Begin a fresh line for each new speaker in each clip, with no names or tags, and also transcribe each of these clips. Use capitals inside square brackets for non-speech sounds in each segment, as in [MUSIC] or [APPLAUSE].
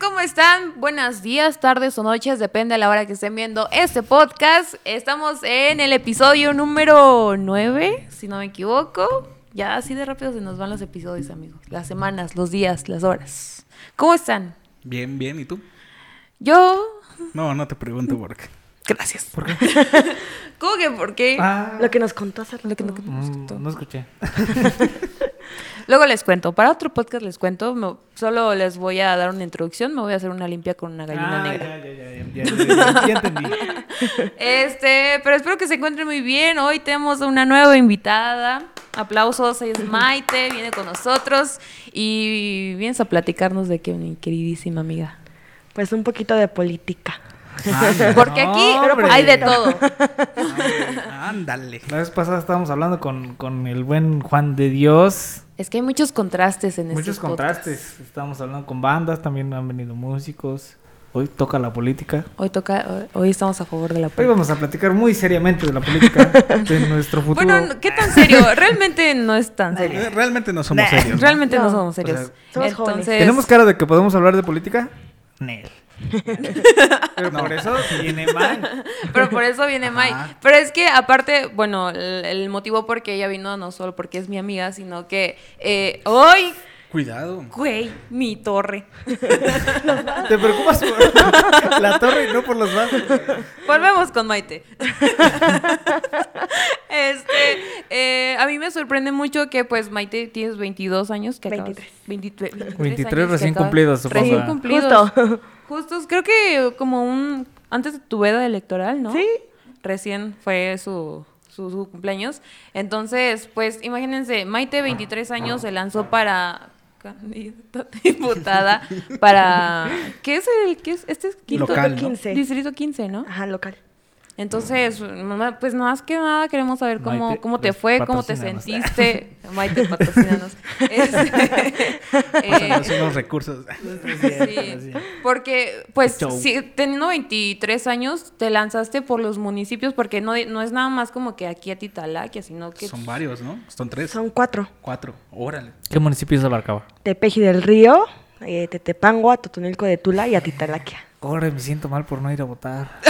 ¿cómo están? Buenos días, tardes o noches, depende de la hora que estén viendo este podcast. Estamos en el episodio número 9, si no me equivoco. Ya así de rápido se nos van los episodios, amigos. Las semanas, los días, las horas. ¿Cómo están?
Bien, bien, ¿y tú?
Yo...
No, no te pregunto por qué.
Gracias.
¿Por qué?
¿Cómo que por qué?
Ah,
Lo que nos contó hace rato.
Mm, no escuché.
Luego les cuento. Para otro podcast les cuento. me- solo les voy a dar una introducción. Me voy a hacer una limpia con una gallina
Ah,
negra.
ya, ya, ya, ya, ya, ya, ya entendí.
[LAUGHS] Este, pero espero que se encuentren muy bien. Hoy tenemos una nueva invitada. Aplausos, ella es Maite, viene con nosotros y vienes a platicarnos de que mi queridísima amiga.
Pues un poquito de política.
ándale.
Porque aquí
Hombre.
hay de todo.
Ándale.
La vez pasada estábamos hablando con, con el buen Juan de Dios.
Es que hay muchos contrastes en este
Muchos
estos
contrastes.
podcasts.
Estábamos hablando con bandas, también han venido músicos. Hoy toca la política.
Hoy toca, hoy hoy estamos a favor de la
Hoy
política.
vamos a platicar muy seriamente de
[LAUGHS]
la política, de nuestro futuro.
Bueno, ¿qué tan serio? Realmente no es
[LAUGHS]
tan serio.
Eh, Realmente no somos serios. ¿no?
Realmente no,
No,
somos serios.
o sea,
somos jóvenes.
Entonces,
¿Tenemos cara de que podemos hablar de política? Nel. Pero por eso viene mal.
[LAUGHS] Pero por eso viene Mai.
Ajá.
Pero es que aparte, bueno, el, el motivo por qué ella vino no solo porque es mi amiga, sino que eh, hoy,
Cuidado.
güey, mi torre. [LAUGHS]
Te preocupas [LAUGHS] por la torre y no por los vasos.
Volvemos con Maite. [LAUGHS] este, eh, a mí me sorprende mucho que pues Maite tienes 22 años que acabas-
23.
23.
23
años que
recién
acabas-
cumplidos, supongo.
Recién
Ah.
cumplidos.
Justo.
Justos, creo que como un antes de tu veda electoral, ¿no?
Sí.
Recién fue su, su, su cumpleaños. Entonces, pues imagínense, Maite, 23 años, se lanzó para candidata [LAUGHS] diputada para ¿qué es el qué es este es quinto
Local, ¿no?
15.
distrito 15, ¿no?
Ajá, local.
Entonces, mamá, pues más que nada queremos saber cómo,
Maite,
cómo te
pues,
fue, cómo te
patrocínanos.
sentiste. Maite,
[LAUGHS]
patrocínanos. Este, eh,
Pásanos unos recursos.
Sí, porque, pues,
Show.
si, teniendo 23 años, te lanzaste por los municipios, porque no, no es nada más como que aquí a Titalaquia, sino que... [LAUGHS]
Son varios, ¿no? Son tres,
Son cuatro.
cuatro. Órale.
¿Qué municipios abarcaba?
Tepeji del Río, eh, Tetepangua, Totonilco de Tula
[LAUGHS]
y Atitalaquia.
Ahora me siento mal por no ir a votar.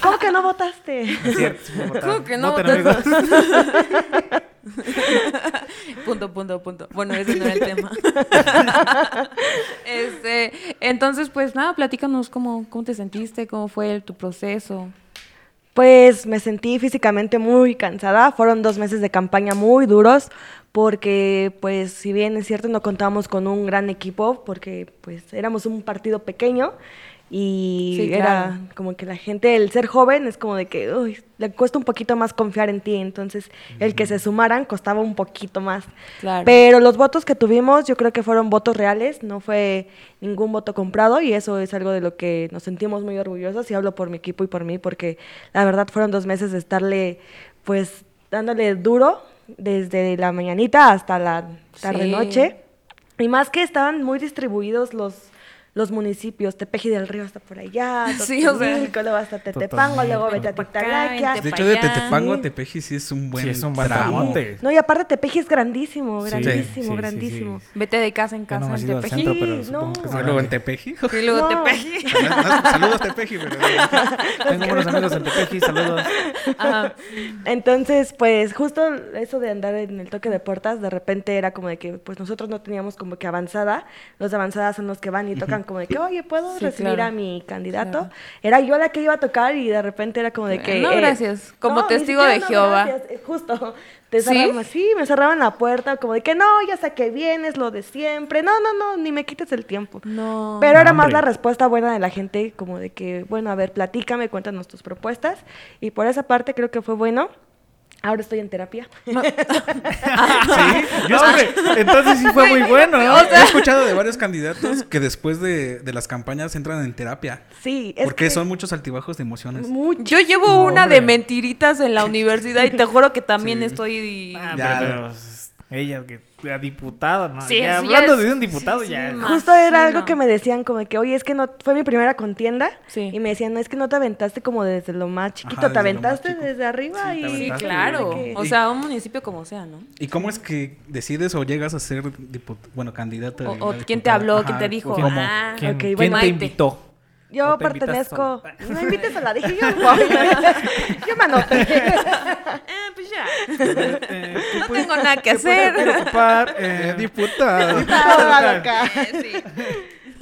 ¿Cómo que no votaste?
Es cierto, sí me votaron.
¿Cómo que no
Voten,
votaste? [LAUGHS]
[LAUGHS] amigos.
punto, punto, punto. Bueno, ese no era el
[LAUGHS]
tema. este, entonces, pues, nada, platícanos cómo, cómo te sentiste, cómo fue tu proceso.
Pues me sentí físicamente muy cansada. Fueron dos meses de campaña muy duros porque, pues, si bien es cierto, no contábamos con un gran equipo porque, pues, éramos un partido pequeño y
Sí,
era
claro.
como que la gente, el ser joven es como de que uy, le cuesta un poquito más confiar en ti. Entonces, el que se sumaran costaba un poquito más.
Claro.
Pero los votos que tuvimos, yo creo que fueron votos reales, no fue ningún voto comprado y eso es algo de lo que nos sentimos muy orgullosos y hablo por mi equipo y por mí porque la verdad fueron dos meses de estarle, pues, dándole duro desde la mañanita hasta la tarde-noche. Y más que estaban muy distribuidos los los municipios, Tepeji del Río hasta por allá,
[LAUGHS] Sí, o sea.
Totonilco, luego hasta Tetepango, luego vete a
Para acá, vente
Titalaquia.
De
pa'
hecho, de
allá.
Tetepango a
Sí.
Tepeji sí es un buen
Sí, es un buen
tramo.
tramote.
No, y aparte Tepeji es grandísimo,
Sí,
grandísimo,
sí, sí, sí.
grandísimo.
Vete de casa en
Ya
casa,
no me has
en
ido al
Tepeji.
centro, pero
Sí,
supongo
no.
que es
Ah, luego en
grande.
[LAUGHS]
Tepeji.
Y luego
[LAUGHS]
No.
Tepeji.
Saludos, Tepeji. pero-
Tengo buenos amigos en Tepeji,
[LAUGHS]
saludos.
Ajá.
Entonces, pues justo eso de andar en el toque de puertas, de repente era como de que, pues nosotros no teníamos como que avanzada, los de avanzada son los que van y tocan como de que, oye, ¿puedo
Sí,
recibir
claro.
a mi candidato?
Claro.
Era yo la que iba a tocar y de repente era como de que...
No,
eh,
gracias. Como
ni
testigo
siquiera
de
no,
Jehová.
gracias, eh, Justo, te
¿Sí?
cerraban, ¿Sí? me cerraban la puerta, como de que no, ya sé que vienes, lo de siempre, no, no, no, ni me quites el tiempo.
No. [LAUGHS]
Pero era más
hombre.
la respuesta buena de la gente, como de que, bueno, a ver, platícame, cuéntanos tus propuestas. Y por esa parte creo que fue bueno. Ahora estoy en terapia. [LAUGHS]
Ah,
Sí,
Ah.
yo hombre, entonces sí fue muy bueno. ¿no?
Yo he escuchado de varios candidatos que después de, de las campañas entran en terapia.
Sí, es
Porque
que
son muchos altibajos de emociones.
mucho.
Yo llevo
No,
una de
hombre.
mentiritas en la universidad y te juro que también
Sí.
estoy...
Ah,
Ya.
pero, pero, Ella, que la diputada, ¿no?
Sí,
ya
eso ya
hablando
es-
de un diputado,
sí, sí,
ya.
ma. Ah,
Justo era
sí,
algo
no.
que me decían como de que, oye, es que no fue mi primera contienda.
Sí.
Y me decían, no, es que no te aventaste como desde lo más chiquito,
Ajá,
te
desde lo más
aventaste
chico.
desde arriba
Sí, te
y...
Sí,
aventaste.
claro.
¿Qué?
O sea, un municipio como sea, ¿no?
¿Y cómo es que decides o llegas a ser diput- bueno, candidata?
O-
de
o
la
quién te
diputada?
habló, quién
Ajá,
te dijo.
¿cómo?
Ah,
¿Quién,
ok,
quién
bueno.
te
Maite. [LAUGHS]
invitó?
[LAUGHS] Yo
¿O te invitas
pertenezco.
sola?
No invites a la dije yo. güey. [LAUGHS] yo me anoté.
Eh, pues ya.
Eh, ¿qué
No
puede-
tengo nada que
qué puede
[LAUGHS] hacer.
[LAUGHS]
ocupar? Eh, [LAUGHS]
diputado.
Estaba
Ah,
loca.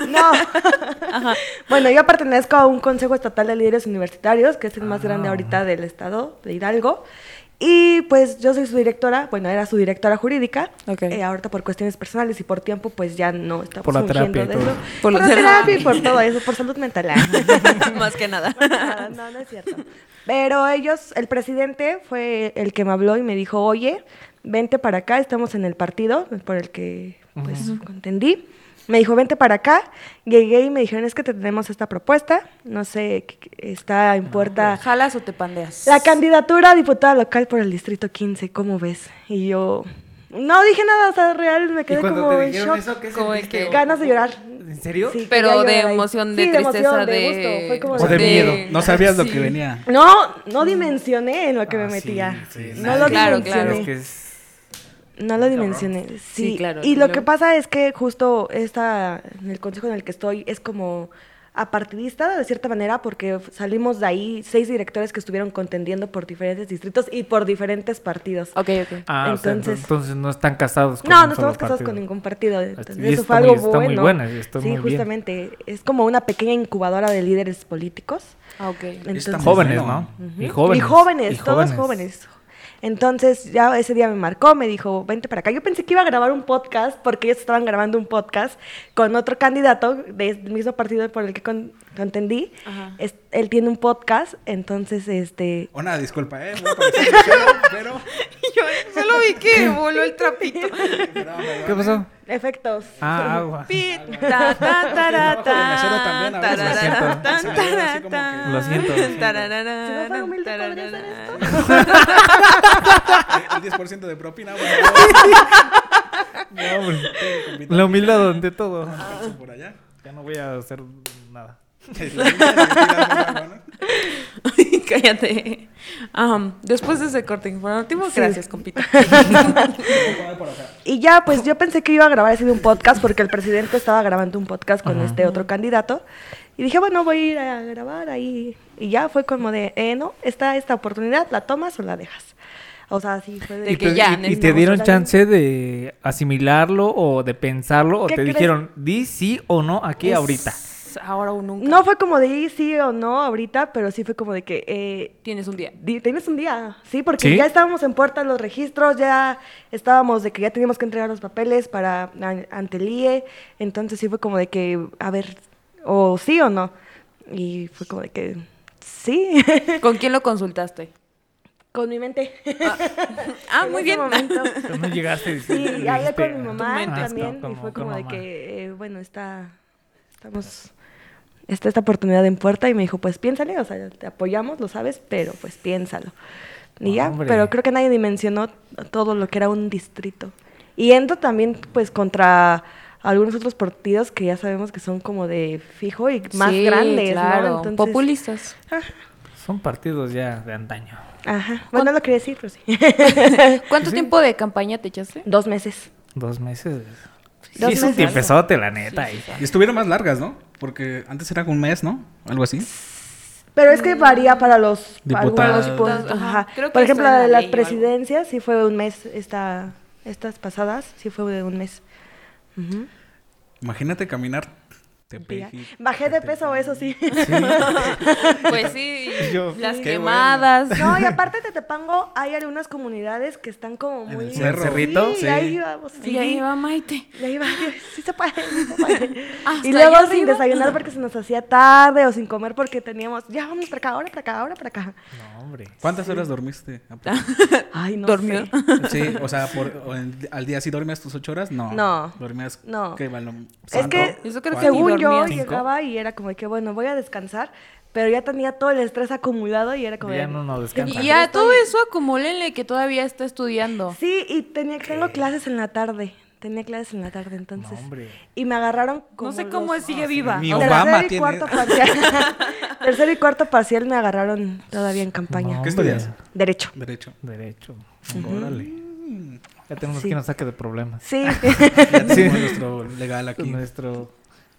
No. Bueno, yo pertenezco a un Consejo Estatal de Líderes Universitarios, que es el más grande ahorita del estado de Hidalgo. Y pues yo soy su directora, bueno, era su directora jurídica.
Ok.
Eh, ahorita por cuestiones personales y por tiempo, pues ya no estamos
Por la
fungiendo
terapia y
de
todo.
eso.
Por
Por
la
la terapia y
terapia.
por todo eso, por salud mental. [LAUGHS]
[LAUGHS] Más que nada.
Nada, [LAUGHS] no, no es cierto. Pero ellos, el presidente fue el que me habló y me dijo, oye, vente para acá, estamos en el partido por el que pues, contendí. Me dijo, vente para acá. Llegué y me dijeron, es que te tenemos esta propuesta. No sé, que- que está en puerta
[LAUGHS] ¿Jalas o te pandeas?
la candidatura a diputada local por el Distrito 15, ¿cómo ves? Y yo... No dije nada, o sea, real, me
¿Y
quedé
cuando
como
te
en
dijeron
shock.
eso, qué
Como de
sentiste?
que-
Ganas de llorar.
¿En serio?
Sí,
Pero
quería
de
llorar ahí.
emoción, de
Sí,
tristeza,
emoción,
de...
gusto. Fue como
O de
de-
[LAUGHS]
miedo. No sabías lo que venía.
No, no dimensioné en lo
Ah,
que me metía. no lo
claro,
dimensioné.
claro.
Es que es-
No lo dimensioné. Sí,
claro,
Y
y
lo
luego-
que pasa es que justo esta, en el consejo en el que estoy es como apartidista de cierta manera porque salimos de ahí seis directores que estuvieron contendiendo por diferentes distritos y por diferentes partidos.
Ok, ok.
Ah, o sea,
Entonces-
entonces no están casados con
No,
un
no
solo
estamos casados
partido.
con ningún partido. Entonces,
y
eso
está
fue algo
muy- está muy
bueno.
buena, y está
sí,
muy bien.
justamente. Es como una pequeña incubadora de líderes políticos.
Ah, ok.
Está
Entonces-
Jóvenes,
Bueno.
¿no? Y jóvenes.
Y jóvenes, todos jóvenes. Entonces ya ese día me marcó, me dijo, vente para acá. Yo pensé que iba a grabar un podcast porque ellos estaban grabando un podcast con otro candidato del mismo partido por el que con- contendí.
Ajá.
Es- él tiene un podcast, entonces este...
Una disculpa, eh, no, para ser sincero, pero
Yo solo vi que voló el trapito. [LAUGHS]
ah,
¿Qué
[LAUGHS]
pasó?
Efectos. [LAUGHS]
Ah, [LAUGHS] agua.
Pita, ta, tarara,
Abajo del mesero también, a veces
tarara, tan,
lo siento.
Se
tarara,
me quedó así como que-
Lo siento, lo siento.
tarara,
Si no fuera humilde, ¿podría hacer
tarara. [LAUGHS]
Eh, el 10% de propina, bueno, vamos
No, hombre.
a
[LAUGHS]
invitar
La humildad ante todo.
a Carson por allá. [LAUGHS]
Ya no voy a hacer nada.
[LAUGHS] Cállate. Ajá, después de ese corte informativo,
Sí.
gracias, [LAUGHS] compita.
Y ya, pues yo pensé que iba a grabar así de un podcast porque el presidente estaba grabando un podcast con este otro candidato. Y dije, bueno, voy a ir a grabar ahí. Y ya fue como de, eh, no, está esta oportunidad, ¿la tomas o la dejas? O sea, así fue de...
De que ya,
y, te
necesitamos
dieron
otra vez.
chance de asimilarlo o de pensarlo o
¿Qué
te
crees?
dijeron di sí o no aquí
Es
[LAUGHS]
ahorita.
Ahora o nunca.
No fue como de "Y sí o no ahorita, pero sí fue como de que eh,
Tienes un día.
di- tienes un día, sí, porque
¿Sí?
ya estábamos en puerta de los registros, ya estábamos de que ya teníamos que entregar los papeles para an- ante el IE, entonces sí fue como de que, a ver, o sí o no, y fue como de que sí,
¿Con quién lo consultaste?
[LAUGHS] con mi mente. [LAUGHS]
Ah,
En
muy
ese
bien.
momento.
[LAUGHS]
No llegaste y
Sí, hablé
dijiste,
con mi
"Ah,
mamá
no,
también
como-
y fue
con
como de
mamá".
que, eh, bueno, está, estamos, está esta oportunidad en puerta y me dijo, pues piénsale, o sea, te apoyamos, lo sabes, pero pues piénsalo. Y ya,
Hombre.
pero creo que nadie dimensionó todo lo que era un distrito. Y endo también, pues, contra algunos otros partidos que ya sabemos que son como de fijo y más
Sí,
grandes, ¿no?
claro.
Entonces-
Populistas.
Son partidos ya de antaño.
Ajá. Bueno, no lo quería decir, pero
[LAUGHS]
sí.
¿eh? ¿Cuánto tiempo de campaña te
[LAUGHS]
echaste?
Dos meses.
Dos meses. Sí,
Dos
es un
meses.
tiepesote, la neta. y-
Y estuvieron más largas, ¿no? Porque antes era un mes, ¿no? Algo así.
Pero es que varía para los
Diputados.
para algunos tipos,
Mm. Diputados, ajá.
ajá.
Creo que
Por ejemplo,
eso es
la
la
de las
ley o algo.
presidencias sí fue un mes, esta, estas pasadas sí fue de un mes. Ujú.
Imagínate caminar.
Ya.
Tepeji,
Bajé de peso, eso sí.
Pues sí,
Yo-
las
Qué
[LAUGHS]
quemadas.
[LAUGHS] No, y aparte de Tepango hay algunas comunidades que están como
En
muy...
el cerro.
Sí,
cerrito,
sí.
ahí vamos, sí.
Y ahí va Maite.
Y ahí va, [LAUGHS] sí se puede, sí
[LAUGHS]
se puede.
¿Hasta
Y
allá
luego sin
arriba?
desayunar porque se nos hacía tarde o sin comer porque teníamos, ya vamos para acá, ahora para acá, ahora para acá.
No, hombre.
¿Cuántas horas dormiste?
[LAUGHS]
Ay, no
Dormió.
sé.
Sí, o sea, por- o en- al día sí dormías tus ocho horas, no.
No.
Dormías.
No.
¿qué, Valo-
Es que,
santo?
Yo creo que
¿Cuatro?
ni
según yo
dormías.
llegaba y era como de que, bueno, voy a descansar, pero ya tenía todo el estrés acumulado y era como
Ya
de,
no nos
Y
descansan.
y a todo eso acumúlenle que todavía está estudiando.
Sí, y tenía, tengo clases en la tarde. Tenía clases en la tarde, entonces.
hombre. Ah,
y me agarraron como
No sé cómo
los-
sigue viva.
mi
O sea,
Obama
tercer y
tiene-
cuarto parcial.
[LAUGHS]
tercer y cuarto parcial me agarraron todavía en campaña.
No,
¿Qué estudias?
hombre.
Derecho.
Derecho.
Derecho.
Órale.
Ya tenemos
Sí.
que nos saque de problemas.
Sí.
Ya tenemos
Sí.
nuestro legal
Pues
aquí.
Nuestro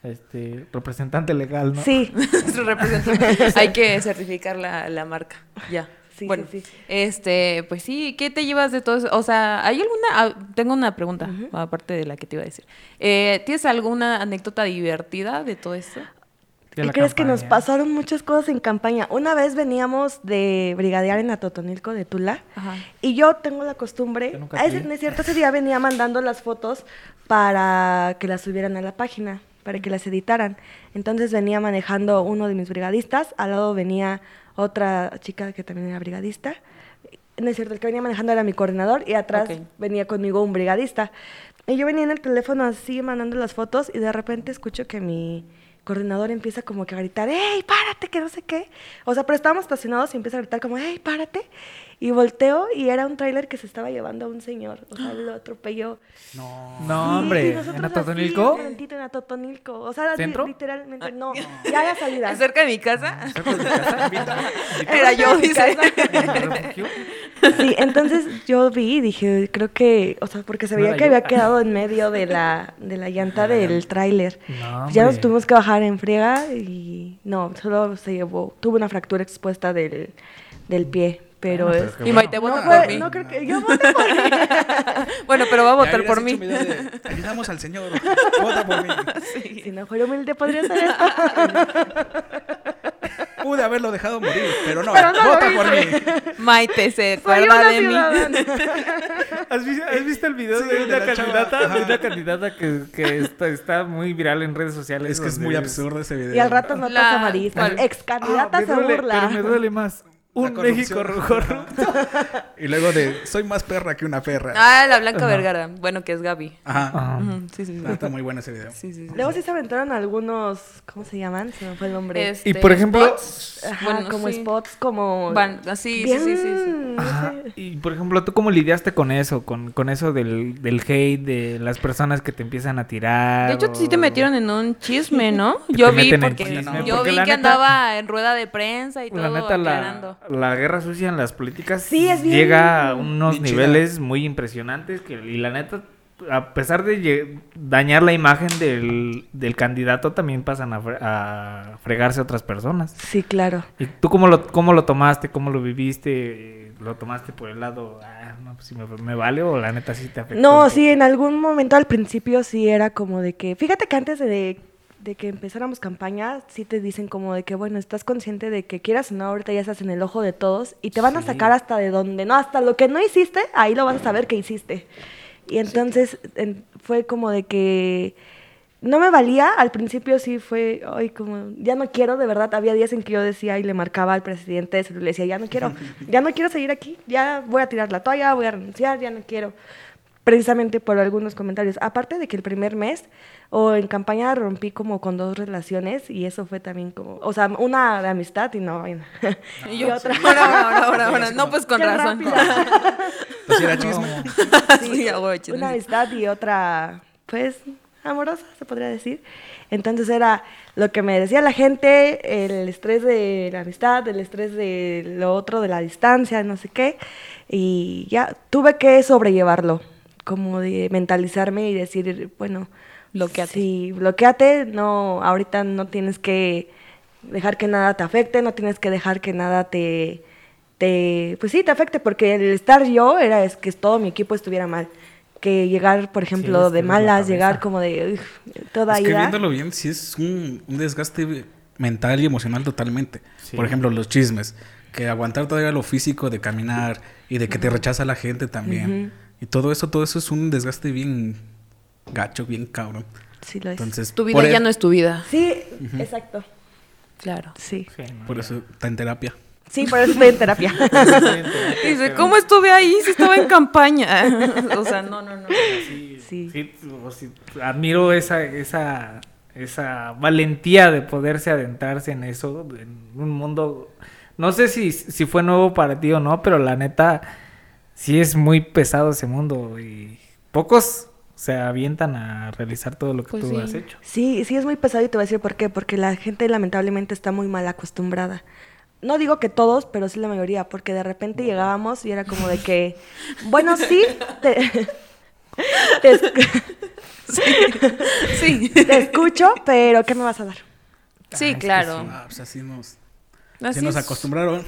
este, representante legal, [LAUGHS] ¿no?
[LAUGHS]
Sí.
Nuestro representante. [LAUGHS] Hay que certificar la, la marca. Ya.
Sí,
bueno,
sí, sí.
este, pues sí, ¿qué te llevas de todo eso? O sea, ¿hay alguna? ah, tengo una pregunta, aparte de la que te iba a decir. Eh, ¿Tienes alguna anécdota divertida de todo esto?
De
¿Y
la
crees que nos
campaña.
pasaron muchas cosas en campaña? Una vez veníamos de brigadear en Atotonilco de Tula
Ajá.
y yo tengo la costumbre,
Yo nunca
ah, ese-
fui.
no es cierto, ese día venía mandando las fotos para que las subieran a la página, para que las editaran. Entonces venía manejando uno de mis brigadistas, al lado venía otra chica que también era brigadista. No es cierto, el que venía manejando era mi coordinador y atrás
Ok.
venía conmigo un brigadista. Y yo venía en el teléfono así mandando las fotos y de repente escucho que mi coordinador empieza como que a gritar, ¡Ey, párate! Que no sé qué. O sea, pero estábamos estacionados y empieza a gritar como, ¡Ey, párate! Y volteo y era un tráiler que se estaba llevando a un señor. O sea, lo atropelló.
No.
No,
Sí,
hombre.
y nosotros
¿En
así,
Atotonilco? [LAUGHS]
adelantito en Atotonilco. O sea, así,
¿Centro? Ah.
literalmente, no. Ya a
[LAUGHS]
la salida.
¿Cerca de mi
Ah,
casa? [LAUGHS]
Era
Era yo,
mi
dice.
¿En refugio?
Sí, entonces yo vi y dije, creo que, o sea, porque se
No
veía
era
que
yo.
había quedado en medio de la, de la llanta del tráiler. Pues
No,
ya nos
hombre.
tuvimos que bajar en friega y no, solo se llevó, tuvo una fractura expuesta del, del pie, pero
Bueno, pero
es...
es
[LAUGHS]
que
Y
bueno.
Maite
No,
vota
fue-
por mí.
no creo que yo voté
[LAUGHS]
por mí. [LAUGHS]
Bueno, pero va a
Ya
votar
hubieras
por
hecho
mí.
un video de, Ayudamos al
[LAUGHS]
señor. Vota por mí.
Si no fuera humilde podría ser
[LAUGHS]
esto.
Pude haberlo dejado morir, pero no.
Pero no lo
vota
hice.
por mí.
Maite se
Soy
acuerda
una
de mí.
ciudadana.
¿Has visto, has visto el video
Sí,
de
de
una
la
candidata?
chava.
De una candidata que, que está, está muy viral en redes sociales.
Es que es
donde
muy absurdo ese video.
Y al rato notas
La-
amarillistas.
¿cuál?
Ex
Ah,
candidata
me
se
duele,
burla.
Pero me duele más. Un México
corrupción.
corrupto.
[LAUGHS] Y luego de, soy más perra que una perra.
Ah, la Blanca
Ajá.
Vergara. Bueno, que es Gaby.
Ajá.
Ujú, Sí, sí, sí.
Ah, Está muy bueno ese video.
Sí, sí, sí.
Luego sí se aventaron algunos, ¿cómo se llaman? Se me fue el nombre.
Este,
Y, por ejemplo,
spots.
Ajá,
Bueno,
como
sí.
spots, como...
Van- ah, sí, sí, sí, sí, sí.
bien, no
Ajá.
sé.
Ah, Y por ejemplo, ¿tú cómo lidiaste con eso? Con, con eso del, del hate, de las personas que te empiezan a tirar.
De hecho, sí te
o-
metieron en un chisme, [LAUGHS] ¿no?
Que
Yo
te
vi,
meten en
porque,
chisme,
yo
porque
vi
la
que
neta-
andaba en rueda de prensa y todo
La neta, la,
aclarando.
la guerra sucia en las políticas
Sí, es bien-
llega a unos
Bien chida.
niveles muy impresionantes que, y la neta, a pesar de lle- dañar la imagen del, del candidato, también pasan a, fre- a fregarse otras personas.
Sí, claro.
¿Y tú cómo lo, cómo lo tomaste? ¿Cómo lo viviste? ¿Lo tomaste por el lado, ah, no, pues si me, me vale o la neta sí te afectó? un
No,
poco?
sí, en algún momento al principio sí era como de que, fíjate que antes de, de que empezáramos campaña, sí te dicen como de que, bueno, estás consciente de que quieras o no, ahorita ya estás en el ojo de todos y te van a
Sí.
sacar hasta de donde, no, hasta lo que no hiciste, ahí lo vas a saber que hiciste. Y entonces en- fue como de que no me valía, al principio sí fue, ay, como, ya no quiero, de verdad, había días en que yo decía y le marcaba al presidente de celular, le decía, ya no quiero, ya no quiero seguir aquí, ya voy a tirar la toalla, voy a renunciar, ya no quiero, precisamente por algunos comentarios. Aparte de que el primer mes o en campaña rompí como con dos relaciones y eso fue también como, o sea, una de amistad y no, [LAUGHS] vaina.
Ah,
Y yo, ahora, ahora, ahora, ahora. No, pues con
[LAUGHS] Qué
razón.
rápida.
Entonces era chisme.
[LAUGHS] Sí, a huevo, chisme.
una amistad y otra, pues, amorosa, se podría decir. Entonces era lo que me decía la gente, el estrés de la amistad, el estrés de lo otro, de la distancia, no sé qué. Y ya tuve que sobrellevarlo, como de mentalizarme y decir, bueno,
Bloquéate.
Sí, bloqueate, no, ahorita no tienes que dejar que nada te afecte, no tienes que dejar que nada te, te pues sí, te afecte, porque el estar yo era es que todo mi equipo estuviera mal. Que llegar, por ejemplo,
es que
de
es la
malas,
cabeza.
llegar como de "Uf, toda
Es que
ida.
viéndolo bien, sí es un, un desgaste mental y emocional totalmente.
Sí.
Por ejemplo, los chismes. Que aguantar todavía lo físico de caminar y de que te rechaza la gente también. Y todo eso, todo eso es un desgaste bien gacho, bien cabrón.
Sí, lo es.
Entonces,
Tu vida
por
ya
e-
no es tu vida.
Sí, exacto.
Claro.
Sí.
Sí, no,
Por
ya.
eso está en terapia.
Sí, por eso estoy en
[LAUGHS]
terapia.
[LAUGHS]
[LAUGHS] Dice, ¿cómo estuve ahí si estaba en campaña? [LAUGHS] o sea, no, no, no.
Sí,
Sí.
sí, o sí, admiro esa, esa, esa valentía de poderse adentrarse en eso, en un mundo, no sé si, si fue nuevo para ti o no, pero la neta, sí es muy pesado ese mundo y pocos se avientan a realizar todo lo que
Pues
tú
sí.
has hecho.
Sí, sí es muy pesado y te voy a decir por qué, porque la gente lamentablemente está muy mal acostumbrada. No digo que todos, pero sí la mayoría, porque de repente llegábamos y era como de que, bueno, sí, te, [LAUGHS] te esc-
Sí. [LAUGHS]
Ah,
te escucho, pero ¿qué me vas a dar?
Sí, claro.
Ah, pues así nos,
Así
se nos
es. [LAUGHS]
acostumbraron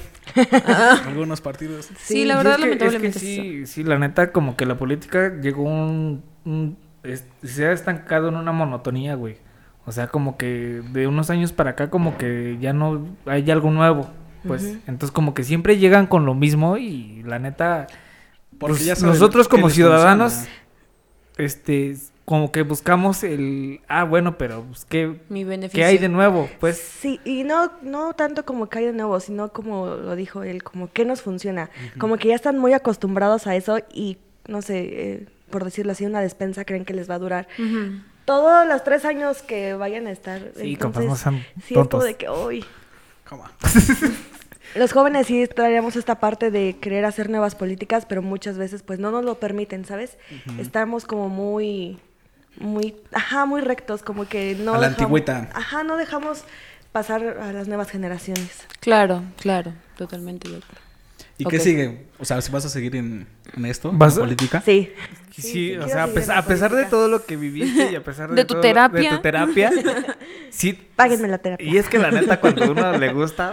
algunos partidos.
Sí, la verdad,
Y es que- es que
lamentablemente. sí.
sí, sí, la neta, como que la política llegó un... un- es- se ha estancado en una monotonía, güey. O sea, como que de unos años para acá como que ya no hay algo nuevo. Pues, entonces como que siempre llegan con lo mismo y la neta...
Porque
Pues,
ya saben
nosotros
qué
como
les
ciudadanos,
funciona.
este, como que buscamos el, ah, bueno, pero pues, ¿qué,
Mi beneficio.
qué hay de nuevo? Pues
Sí, y no, no tanto como que hay de nuevo, sino como lo dijo él, como que nos funciona. Como que ya están muy acostumbrados a eso y, no sé, eh, por decirlo así, una despensa creen que les va a durar.
Ujú.
Todos los tres años que vayan a estar.
Sí,
entonces,
compas, no sean
Sí, es como
tontos.
de que, uy.
Come
[LAUGHS]
on.
Los jóvenes sí traemos esta parte de querer hacer nuevas políticas, pero muchas veces pues no nos lo permiten, ¿sabes? Estamos como muy, muy, ajá, muy rectos, como que no...
A la
dejamos-
antigüita.
Ajá, no dejamos pasar a las nuevas generaciones.
Claro, claro. Totalmente. de acuerdo.
¿Y
Ok.
qué sigue? O sea, si vas a seguir en, en esto, en
¿Vas a-
política.
Sí.
sí,
sí,
o
quiero
sea, a,
seguir
pes-
en la
a pesar de
política.
todo lo que viviste y a pesar de,
De tu
todo lo-
terapia.
de tu terapia, sí.
Páguenme la terapia.
Y es que
[LAUGHS]
la neta cuando uno le gusta,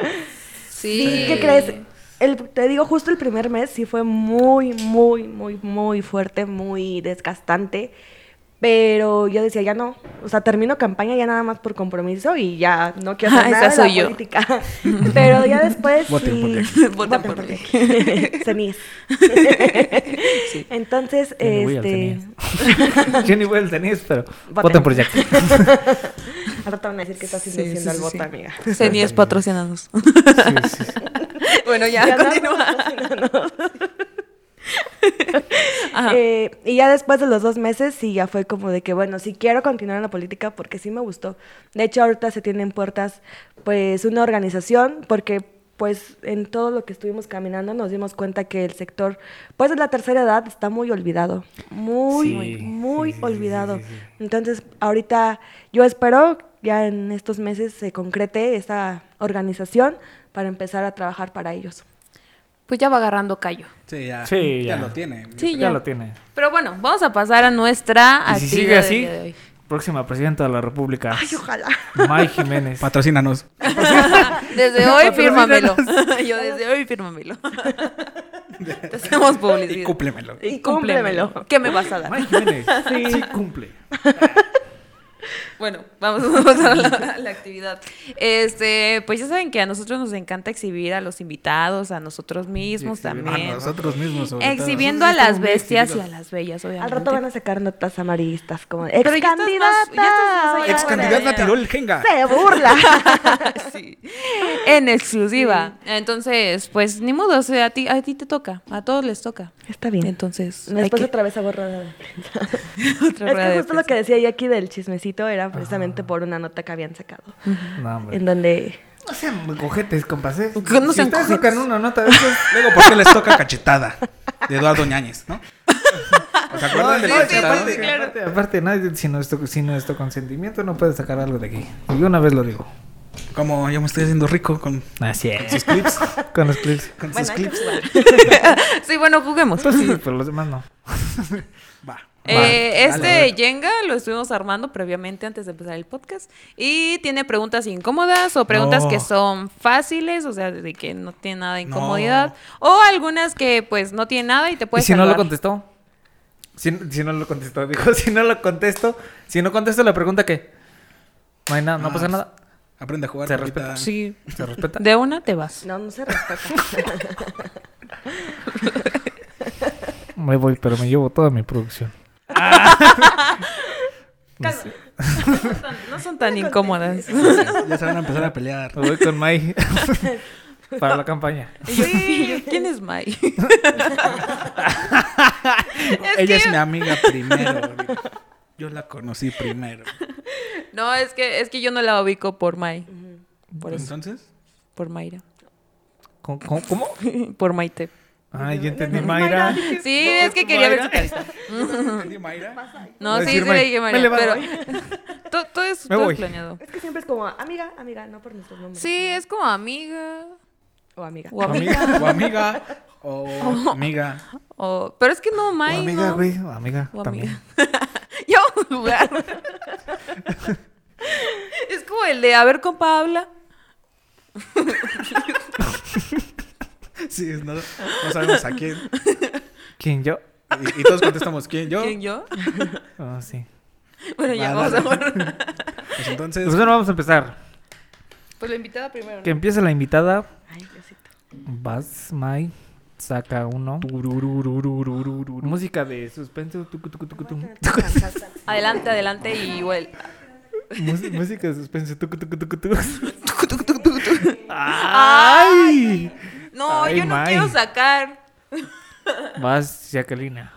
Sí.
¿Qué crees? El- te digo, justo el primer mes sí fue muy, muy, muy, muy fuerte, muy desgastante. Pero yo decía, ya no. O sea, termino campaña ya nada más por compromiso y ya no quiero hacer
Ah,
nada
esa
de
soy
la
yo.
política. [LAUGHS] Pero ya después
Voten por
sí...
Jackie.
Voten por mí.
Jackie. [LAUGHS] Cenis.
[LAUGHS]
Entonces,
Yo ni voy al
este... [LAUGHS]
Este.
[LAUGHS] yo ni voy al tenis, pero
Voten.
voten
[LAUGHS]
por Jack.
Al rato van a decir que estás
Sí,
induciendo
sí,
al
sí,
voto,
sí.
amiga.
Ceníes patrocinados. [LAUGHS] Bueno, [LAUGHS] ya,
Ya andamos
continúa.
patrocinándonos.
[LAUGHS] Ajá.
Eh, y ya después de los dos meses, sí, ya fue como de que, bueno, sí quiero continuar en la política porque sí me gustó. De hecho, ahorita se tienen puertas, pues, una organización, porque, pues, en todo lo que estuvimos caminando nos dimos cuenta que el sector, pues, de la tercera edad está muy olvidado. Muy,
Sí,
muy
sí, sí, sí,
olvidado.
sí, sí, sí.
Entonces, ahorita yo espero ya en estos meses se concrete esta organización para empezar a trabajar para ellos.
Pues ya va agarrando callo.
Sí, ya,
Sí,
ya
ya.
lo tiene.
Sí,
ya.
ya.
lo tiene.
Pero bueno, vamos a pasar a nuestra
Y si
actividad
sigue
del
así,
día de hoy. [LAUGHS]
próxima presidenta de la República,
Ay, ojalá.
May Jiménez.
Patrocínanos.
Desde hoy fírmamelo. [LAUGHS]
Patrocínanos.
Yo desde hoy
[LAUGHS]
fírmamelo. Te hacemos publicidad.
Y cúplemelo.
[LAUGHS] Y
cúmplemelo. ¿Qué me vas a dar?
May Jiménez, sí cumple.
[LAUGHS] Bueno, vamos, [LAUGHS] vamos a la, a la actividad. Este, pues ya saben que a nosotros nos encanta exhibir a los invitados, a nosotros mismos
A
exhibir.
también.
Ah, nosotros mismos. sobre todo.
Exhibiendo a
Nosotros
las
estamos muy
bestias y a
exhibidos.
las bellas,
Al
obviamente.
rato van a sacar notas amarillistas como ex
Pero ya estás
candidata.
más- ya estás más allá
Ex candidata
Ahora,
tiró el jenga.
Se
[LAUGHS]
burla.
Sí. En exclusiva. Entonces, pues ni modo, o sea, a ti, a ti te toca, a todos les toca.
Está bien.
Entonces, hay
Después
que-
otra vez a borrar. Es
[LAUGHS] otra rueda
que
de
justo
prensa.
lo que decía yo aquí del chismecito era precisamente
Ah.
por una nota que habían sacado.
No, hombre.
En donde
No sean cojetes, compas. ¿eh?
Que no
si
sean
ustedes
cojetes.
sacan una nota de esas,
[LAUGHS]
Luego, ¿por qué les toca cachetada? De Eduardo Ñañez, ¿no? ¿Se acuerdan de
sí,
la
sí,
cachetada?
sí, claro.
Aparte, aparte, nadie, sin, nuestro, sin nuestro consentimiento no puedes sacar algo de aquí. Y yo una vez lo digo.
Como yo me estoy haciendo rico con
Así es.
sus clips.
Con los clips.
Con
Bueno,
sus
hay que
Pues clips.
[LAUGHS] sí, bueno, juguemos.
Entonces, pero los demás no.
Va.
Eh,
Va,
este
dale, dale.
Jenga lo estuvimos armando previamente antes de empezar el podcast y tiene preguntas incómodas o preguntas
No.
que son fáciles, o sea, de que no tiene nada de incomodidad o algunas que pues no tiene nada y te
¿Y
puedes
si no lo
salvar.
contestó? Si, si no lo contestó, dijo. [LAUGHS] Si no lo contesto, si no contesto la pregunta, ¿qué? No hay nada, no
Ah,
pasa
pues,
nada.
Aprende a jugar.
Se
ahorita.
respeta.
Sí,
Se respeta.
de una te
[LAUGHS]
vas.
no, no se respeta.
[LAUGHS] Me voy, pero me llevo toda mi producción.
[LAUGHS]
No sé.
No son tan incómodas.
Ya se van a empezar a pelear.
Me voy con [LAUGHS] May para la campaña.
Y [LAUGHS] yo, y yo, ¿Quién es Mai?
Ella
que- [LAUGHS]
es mi amiga primero. digo. Yo la conocí primero.
No, es que, es que yo no la ubico por May.
Por
[LAUGHS]
eso,
Entonces,
Por Mayra.
¿Cómo? cómo- cómo?
[LAUGHS] Por Maite.
Ay, ya entendí, Mayra.
Sí, es que quería ver su carita.
entendí, Mayra.
No,
Va a
sí, sí
decir
le
May-
dije
me
María,
le va-
pero [LAUGHS] todo, todo es, todo es
voy.
planeado.
Es que siempre es como amiga, amiga, no por nuestros nombres.
Sí, es como amiga
O amiga.
o amiga.
Amiga, o amiga,
[LAUGHS]
o amiga.
o- Pero es que no,
O
May,
amiga,
no.
güey. o Amiga,
O
también.
amiga. [LAUGHS] ya vamos a jugar. [LAUGHS] es como el de, a ver, compa, habla.
Sí, es no, no sabemos a quién.
¿Quién? ¿Yo?
Y, y todos contestamos, ¿quién? ¿Yo?
¿Quién,
[LAUGHS]
yo? [LAUGHS]
Ah, sí.
Bueno, ya
Ah,
vamos a
dale.
jugar.
[LAUGHS]
Pues entonces,
Entonces, bueno, vamos a empezar.
Pues la invitada primero.
Que empiece la invitada.
Ay, Diosito.
Vas, May. Saca uno. Música de suspenso. tucu, tucu, tucu, tucu.
Adelante, adelante y igual.
[LAUGHS] Mus- Música de suspenso. tucu, tucu, tucu, tucu. ¡Ay!
No,
Ay,
yo no
May.
quiero sacar.
Vas, Jacqueline.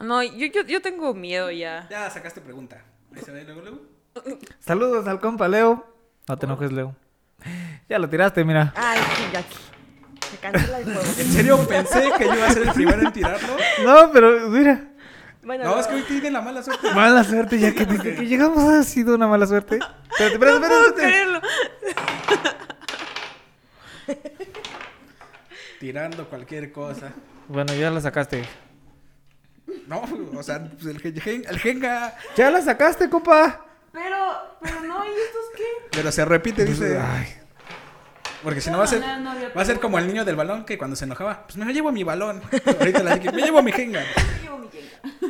No, yo, yo, yo tengo miedo ya.
ya sacaste pregunta. Ahí se ve luego, luego.
Saludos al compa Leo. No te enojes, Leo. Ya lo tiraste, mira.
Ay, sí, ya aquí. Se cancela el juego.
En serio, pensé que yo iba a ser el primero en tirarlo.
No, pero mira.
Bueno,
No, es que hoy tiene la mala suerte.
Mala suerte, ya que, que- que llegamos ha sido una mala suerte. Espérate, espérate,
No puedo
espérate.
creerlo.
Tirando cualquier cosa.
Bueno, ya la sacaste.
No, o sea, pues el, gen- el Jenga.
Ya la sacaste, compa.
Pero, pero no, ¿y estos qué?
Pero se repite, dice.
Ay.
Porque si no va a ser,
No, no, no había
va a ser como el niño del balón que cuando se enojaba, pues me llevo mi balón. Ahorita la dije, me llevo mi Jenga.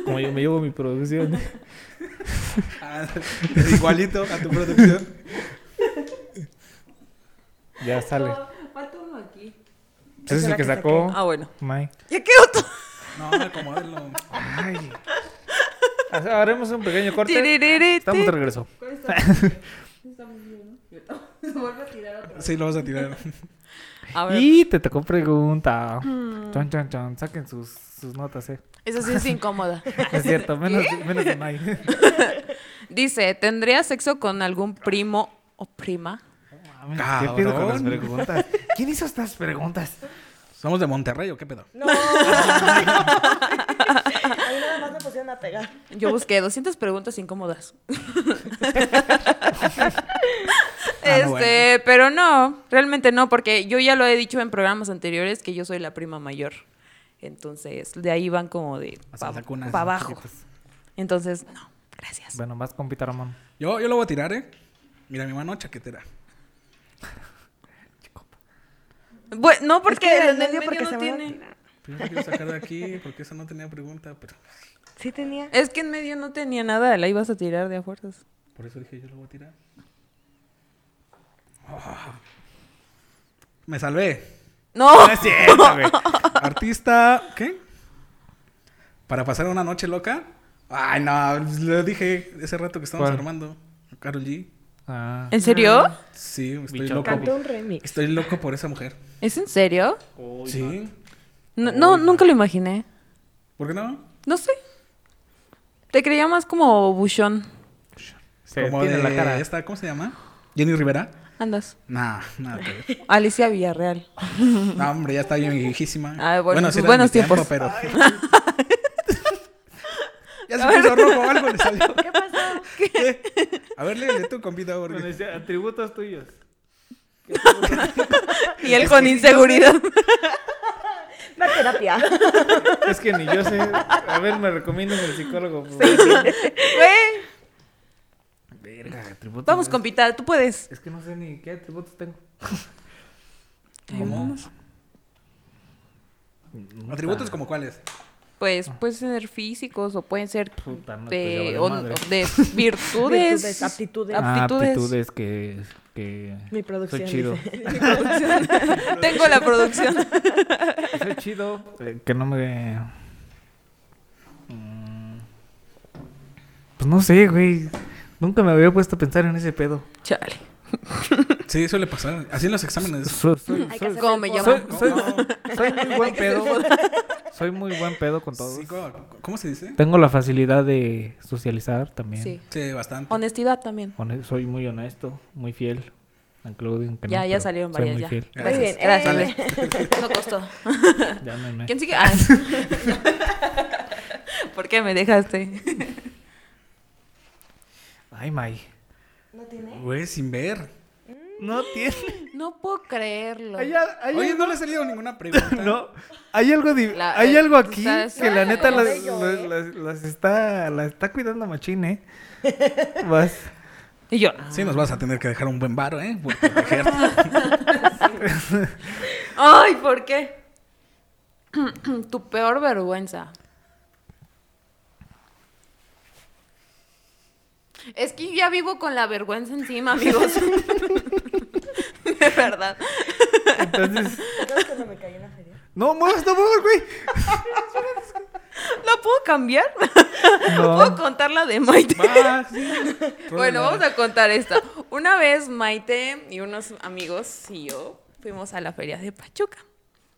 Como yo me llevo mi producción.
Ah, igualito a tu producción.
Ya sale.
Falta uno aquí.
Ese es el
la
que
que
sacó.
Ah, bueno.
Mike.
Ya quedó todo.
No, acomódalo.
Ay. Hace- Ah, Haremos un pequeño corte. Estamos de
Estamos
regreso.
Sí, lo vas a tirar.
A ver, Hmm.
Y te tocó pregunta. Chon, chon, chon. Saquen sus, sus notas,
[LAUGHS]
eh.
eso sí es incómoda.
Es cierto, menos, menos de
[LAUGHS]
Mike.
Dice, ¿tendría sexo con algún primo o [LAUGHS] prima?
Mames,
Ah,
¿Qué pedo con las
Cabrón.
preguntas? ¿Quién hizo estas preguntas?
¿Somos de Monterrey o qué pedo?
No. [LAUGHS] A mí nada más me pusieron a pegar.
Yo busqué 200 preguntas incómodas. este,
no, bueno.
pero no, realmente no, porque yo ya lo he dicho en programas anteriores que yo soy la prima mayor. Entonces, de ahí van como de
O sea,
para
saca unas
abajo.
chiquitas.
Entonces, no, gracias.
Bueno, vas con Pita Ramón.
Yo, yo lo voy a tirar, ¿eh? Mira, mi mano chaquetera.
Bue- no, porque
Es que en
el del medio,
porque
no
se me va a
tiene.
tirar.
Primero quiero sacar de aquí porque esa no tenía pregunta, pero
Sí tenía.
Es que en medio no tenía nada, la ibas a tirar de a fuerzas.
por eso dije yo lo voy a tirar. Ah. Me salvé.
No,
Artista, ¿qué? Para pasar una noche loca. Ay, no, lo dije ese rato que estamos
¿Cuál?
armando. Carol G.
Ah.
¿en serio?
Sí, estoy
Bicho.
loco.
Cantó un remix.
Estoy loco por esa mujer.
¿Es en serio?
sí.
No, no, nunca lo imaginé.
¿Por qué no?
No sé. Te creía más como buchón.
Se
Como
tiene
de
la cara.
esta, ¿cómo se llama? Jenny Rivera.
Andas.
Nah, nada que ver.
Alicia Villarreal.
No, hombre, ya está
[LAUGHS]
bien viejísima.
Ah, bueno, sus
era en mi
buenos
tiempo,
tiempos. [LAUGHS]
pero. [LAUGHS] ya se puso rojo, algo le
[LAUGHS]
salió. ¿Qué pasó? A ver, léele tú, compita, porque...
Bueno, dice, atributos tuyos. [LAUGHS]
Y él con inseguridad.
La [LAUGHS] terapia.
Es que ni yo sé. A ver, me recomiendas el psicólogo. por favor.
[LAUGHS] Güey,
Verga, atributos.
Vamos,
es-
compita, tú puedes.
Es que no sé ni qué atributos tengo.
¿Cómo?
Ah.
¿Atributos como cuáles?
Pues pueden ser físicos o pueden ser
Puta, no, pues ya
de,
valió
o-
madre.
de virtudes.
[LAUGHS]
[LAUGHS]
Virtudes, aptitudes.
Ah,
Aptitudes.
aptitudes que, que.
Mi producción,
Soy chido.
Tengo la producción.
Soy chido. eh, que no me. Mm. Pues no sé, güey. Nunca me había puesto a pensar en ese pedo.
Chale.
Sí, suele pasar. Así en los exámenes.
Ah,
Soy, soy-
Hay que hacer
¿Cómo
el
me
fondo.
llaman?
soy- soy muy buen pedo. soy muy buen pedo con todos.
Sí, ¿cómo, cómo se dice?
Tengo la facilidad de socializar también.
Sí.
Sí, bastante.
Honestidad también.
Hone- soy muy honesto, muy fiel. Aunque luego digan que
Ya,
no,
ya
pero
salieron
soy
varias
muy
ya.
fiel.
Muy bien,
Gracias.
eh.
[LAUGHS] No costó.
Llámenme.
¿Quién sigue? Ah. [LAUGHS] ¿Por qué me dejaste?
Ay, May.
Güey, sin ver.
No tiene.
[LAUGHS] No puedo creerlo.
Hay, hay
Oye, no
algo...
le ha salido ninguna pregunta.
[LAUGHS] no, hay algo, di-
La-
hay
eh,
algo aquí
estás-
que la
Ay,
neta
qué
las,
bello,
las-
eh.
las- las está, las está cuidando machín, ¿eh?
[LAUGHS]
Vas.
Y yo.
Sí, nos vas a tener que dejar un buen varo, ¿eh?
[LAUGHS]
Por protegerte.
Ay, ¿por qué? [CLEARS THROAT] tu peor vergüenza. Es que ya vivo con la vergüenza encima, amigos. [LAUGHS] De verdad.
Entonces,
¿Sabes cuando me caí en la feria?
no, muevas, no muevas, güey.
¿La puedo cambiar?
No.
¿Puedo contar la de Maite?
Va, sí.
[LAUGHS]
Bueno, vamos a contar esta. Una vez Maite y unos amigos y yo fuimos a la feria de Pachuca.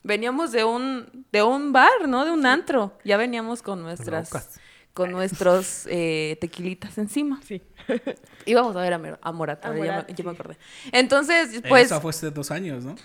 Veníamos de un, de un bar, ¿no? De un antro. Ya veníamos con nuestras...
Locas.
Con nuestros eh, tequilitas encima.
Sí.
Íbamos a ver a, Mer- a Morata,
A
ya,
Morat,
me, ya
sí.
me acordé. Entonces,
Eh,
pues...
Esa fue hace dos años, ¿no?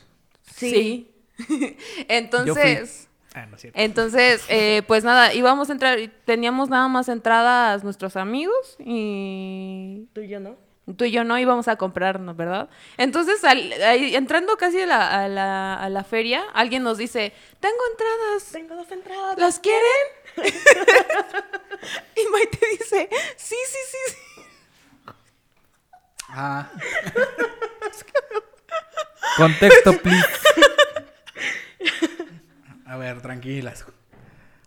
Sí. [LAUGHS] Entonces...
Ah, no es cierto.
Entonces, eh, pues nada, íbamos a entrar, teníamos nada más entradas nuestros amigos y,
Tú y yo, ¿no?
tú y yo no íbamos a comprarnos, ¿verdad? Entonces, al- ahí, entrando casi a la, a la- a la feria, alguien nos dice, tengo entradas,
Tengo dos entradas.
¿las quieren? [LAUGHS] y Maite dice, sí, sí, sí, sí.
Ah,
[LAUGHS]
Contexto, please.
a ver, tranquilas.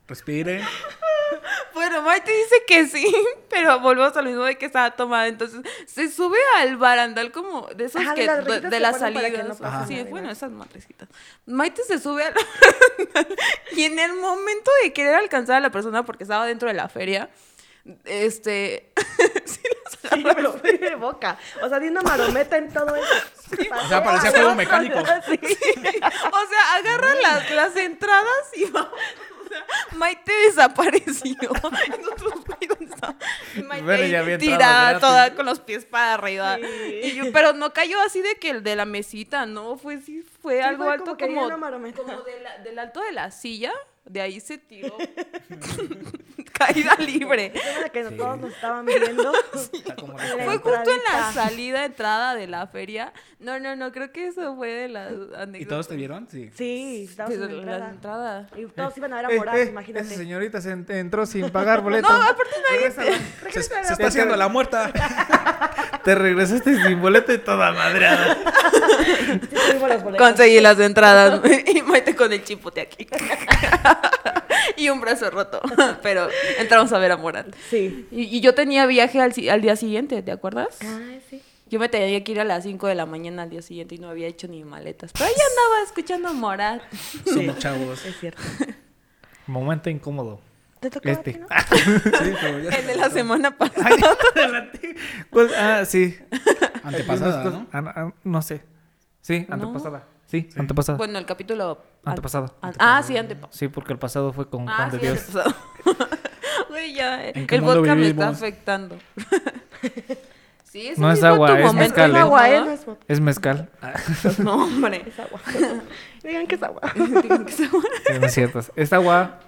Respire.
Bueno, Maite dice que sí, [LAUGHS] pero volvemos al mismo de que estaba tomada. Entonces, se sube al barandal como de esos
Ajá, de
que,
las
de,
rejitas
de
que
las
ponen para
salidas.
que no pase
sí,
nada,
bueno,
¿no?
esas madrecitas. Maite se sube al [LAUGHS] y en el momento de querer alcanzar a la persona porque estaba dentro de la feria, este... [LAUGHS] sí, las
[LAUGHS] Sí, me lo fui de boca. O sea, di una marometa en todo eso.
O sea, parecía juego mecánico.
[LAUGHS] Sí.
O sea, agarra las, las entradas y va. [LAUGHS] O sea, Maite desapareció. [LAUGHS] Y Nosotros, güey, ¿dónde está? Y Maite
Bueno, ya
ahí
había entrado
tirada
gratis.
toda con los pies para arriba.
Sí.
Y yo- pero no cayó así de que el de la mesita, no, fue sí, fue algo
fue
alto
como que
como,
había una marometa.
como de la- del alto de la silla, de ahí se
[LAUGHS]
tiró. [LAUGHS] Caída libre.
Yo me que todos nos estaban viendo.
Está como
Y la
Fue justo en la
entradita.
salida, entrada de la feria. No, no, no, creo que eso fue de las anécdotas.
¿Y todos te vieron? Sí.
Sí, estábamos
de
en la
las
entrada.
entradas.
Y todos iban a ver a
Eh,
Morat,
eh,
imagínate.
Esa señorita se en- entró sin pagar
[LAUGHS]
boleto.
No, aparte
Regrésala.
Se, se
Ya te-
está haciendo la muerta.
Te regresaste sin boleto y toda madreada.
Sí, tuvimos los boletos.
Conseguí las
[LAUGHS]
entradas y Maite con el chipote aquí. y un brazo roto. Pero entramos a ver a Morat.
Sí.
Y, y yo tenía viaje al, si- al día siguiente, ¿te acuerdas?
Ah, sí.
Yo me tenía que ir a las 5 de la mañana al día siguiente y no había hecho ni maletas. Pero ya andaba escuchando a Morat.
Somos chavos.
Es cierto.
Momento incómodo.
¿Te tocó a ti,
Este.
no?
Sí, pero ya.
El de la semana pasada.
[LAUGHS] Ay, adelante. Pues, ah, sí.
Antepasada,
Unas
¿no?
cosas- ah, ah, no sé. Sí,
¿No?
antepasada. Sí, antepasada.
Bueno, el capítulo.
Antepasado.
an- ah, sí, antepasado.
Sí, porque el pasado fue con
Ah,
Juan
sí,
de Dios.
antepasado. [LAUGHS] Güey, ya. eh,
¿En qué
el
mundo
vodka me está
vivimos?
afectando. [LAUGHS] sí, ese
No es
sí fue
agua,
tu
es
momento
mezcal, ¿eh?
agua, ¿eh?
incómodo.
No es vodka,
Es mezcal. Ah,
[LAUGHS] No, hombre.
es agua. [LAUGHS] Digan que es agua.
sí, no es cierto. Es agua.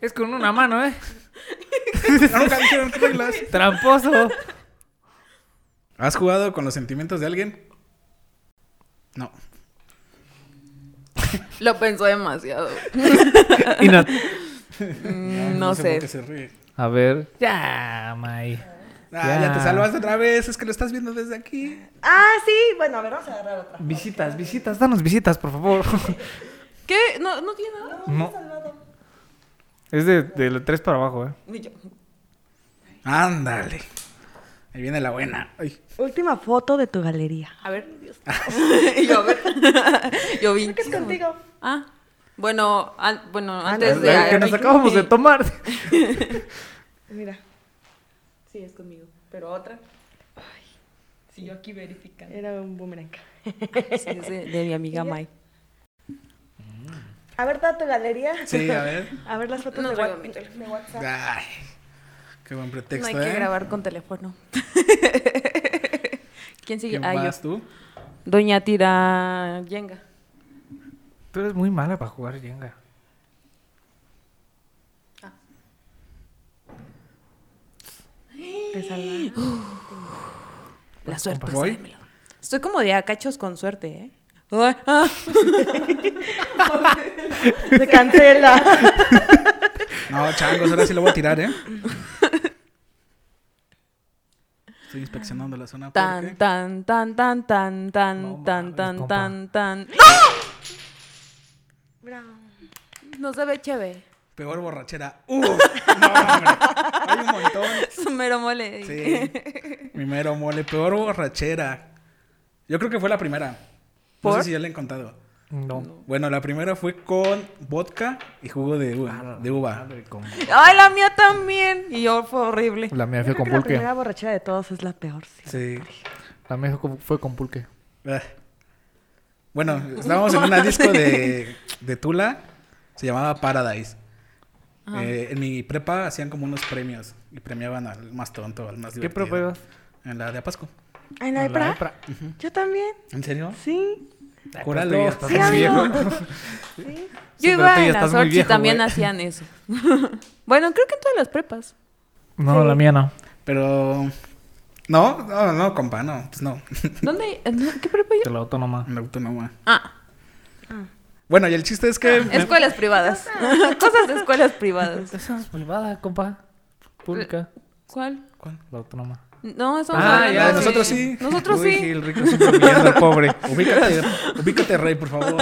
Es con una mano, ¿eh?
Nunca dijeron reglas.
Tramposo.
¿Has jugado con los sentimientos de alguien? No.
Lo pensó demasiado.
Y no-
Mm,
no
no
sé. por
sé.
qué se ríe.
A ver. Ya, May.
Ah,
Ya.
ya te salvaste otra vez. Es que lo estás viendo desde aquí.
Ah, sí. Bueno, a ver, vamos a agarrar otra.
Visitas, visitas. Danos visitas, por favor.
¿Qué? ¿No, no tiene nada?
No. Es de, de la 3 para abajo, ¿eh?
Ni yo.
Ándale. Ahí viene la buena. Ay.
Última foto de tu galería.
A ver.
[LAUGHS]
[LAUGHS] Y yo, a ver. [LAUGHS] yo vi.
Creo que es contigo.
Ah. Bueno, an- bueno
La,
antes
no,
de.
Ah, la que nos acabamos de tomar. [LAUGHS]
Mira.
Sí, es conmigo. Pero otra. Si yo aquí verificando. [LAUGHS]
Era un boomerang.
Sí, es de, de mi amiga Mai.
A ver, toda tu galería.
Sí, a ver.
A ver las fotos
No
de,
traigo
Whats-
mi teléfono.
de WhatsApp.
Ay, qué buen
No
pretexto,
hay que
¿eh?
grabar con teléfono. [LAUGHS] ¿Quién sigue?
¿Quién
Ah, yo.
vas tú?
Doña Tira Yenga.
Tú eres muy mala para jugar Jenga.
Te salva.
La suerte.
¿Voy?
sábemelo. Estoy como de acachos con suerte, ¿eh? Ay, ah.
[LAUGHS] Se cancela.
No, changos, ahora sí lo voy a tirar, ¿eh? Estoy inspeccionando la zona
Tan,
porque...
tan, tan, tan, tan, tan,
No
tan,
mames,
tan,
compa.
tan, tan.
Bravo.
No se ve chévere.
Peor borrachera. ¡Uh! No, hombre. Hay un montón.
Su mero mole. [LAUGHS]
Sí. Mi mero mole. Peor borrachera. Yo creo que fue la primera. No sé
¿Por?
si ya la he contado.
No.
Bueno, la primera fue con vodka y jugo de uva. De uva.
Madre, como-
Ay, la mía también. Y yo fue horrible.
La mía fue
Yo creo
con
que la
pulque.
primera borrachera de todos es la peor. sí.
Sí.
La mía fue con- fue con pulque.
Ah. Bueno, estábamos en una disco de, de Tula, se llamaba Paradise. Eh, en mi prepa hacían como unos premios y premiaban al más tonto, al más
¿Qué
divertido.
pruebas?
En la de Apasco.
Ay, la de
La
Pra?
lepra.
Yo también.
¿En serio?
Sí.
Córale,
pero
ya
tú
estás
Sí,
muy
amigo.
viejo.
Sí.
Yo
Sí, pero
iba
tú ya
en la
estás muy
Sorchi y
viejo,
también
güey.
hacían eso. [LAUGHS] bueno, creo que en todas las prepas.
No, la mía no.
Pero... No, no, no, compa, no. Pues no, [LAUGHS]
¿Dónde? ¿Qué prepa
De
yo?
la autónoma.
en la autónoma.
Ah,
Bueno, y el chiste es que...
escuelas privadas. [LAUGHS] Cosas de escuelas privadas.
Esa es privada, compa. Pública.
¿Cuál?
¿Cuál?
La autónoma.
No, estamos
Ah,
hablando
ya,
de-
nosotros sí.
Nosotros
Uy,
sí.
el rico siempre humillando al [LAUGHS] pobre. Ubícate, ubícate, rey, por favor.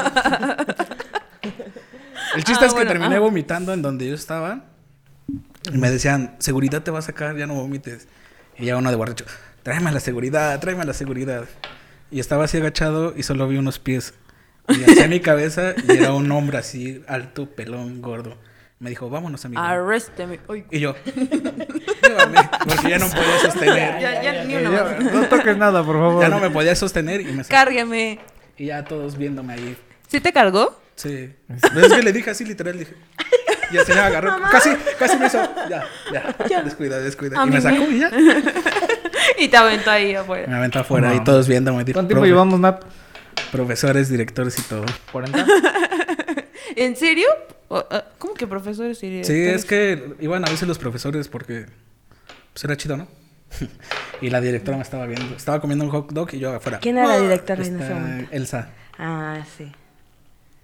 El chiste
Ah,
es que
bueno,
terminé
ajá.
vomitando en donde yo estaba. Y me decían, seguridad te va a sacar, ya no vomites. Y ya uno de borracho, tráeme la seguridad, tráeme la seguridad. Y estaba así agachado y solo vi unos pies. Y hacía mi cabeza y era un hombre así, alto, pelón, gordo. Me dijo, vámonos, amigo.
Arrésteme. Uy,
Y yo, llévame, porque ya no podía
[LAUGHS]
sostener.
ya, ya, ni
Eh,
una
ya,
más.
no toques nada, por favor.
Ya no me podía sostener y me sacó.
Cárgueme.
Y ya todos viéndome ahí.
¿Sí te cargó?
Sí. Pero es que le dije así, literal, dije. Y así me agarró. Casi, casi me hizo. Ya, ya. Descuida, descuida.
A
y me
mí
sacó
me-
y ya.
Y te aventó ahí
Me
afuera.
aventó afuera y
No.
todos viéndome. dije,
¿Cuánto tiempo
"Profe-
llevamos, Nat?
Profesores, directores y todo.
40.
¿En serio? O- ah, ¿Cómo que profesores y
Sí,
directores?
es que iban a veces los profesores porque. Pues era chido, ¿no? [LAUGHS] y la directora me estaba viendo. Estaba comiendo un hot dog y yo afuera.
[LAUGHS] ¿Quién era la directora en ese
Está
momento?
Elsa.
Ah, sí.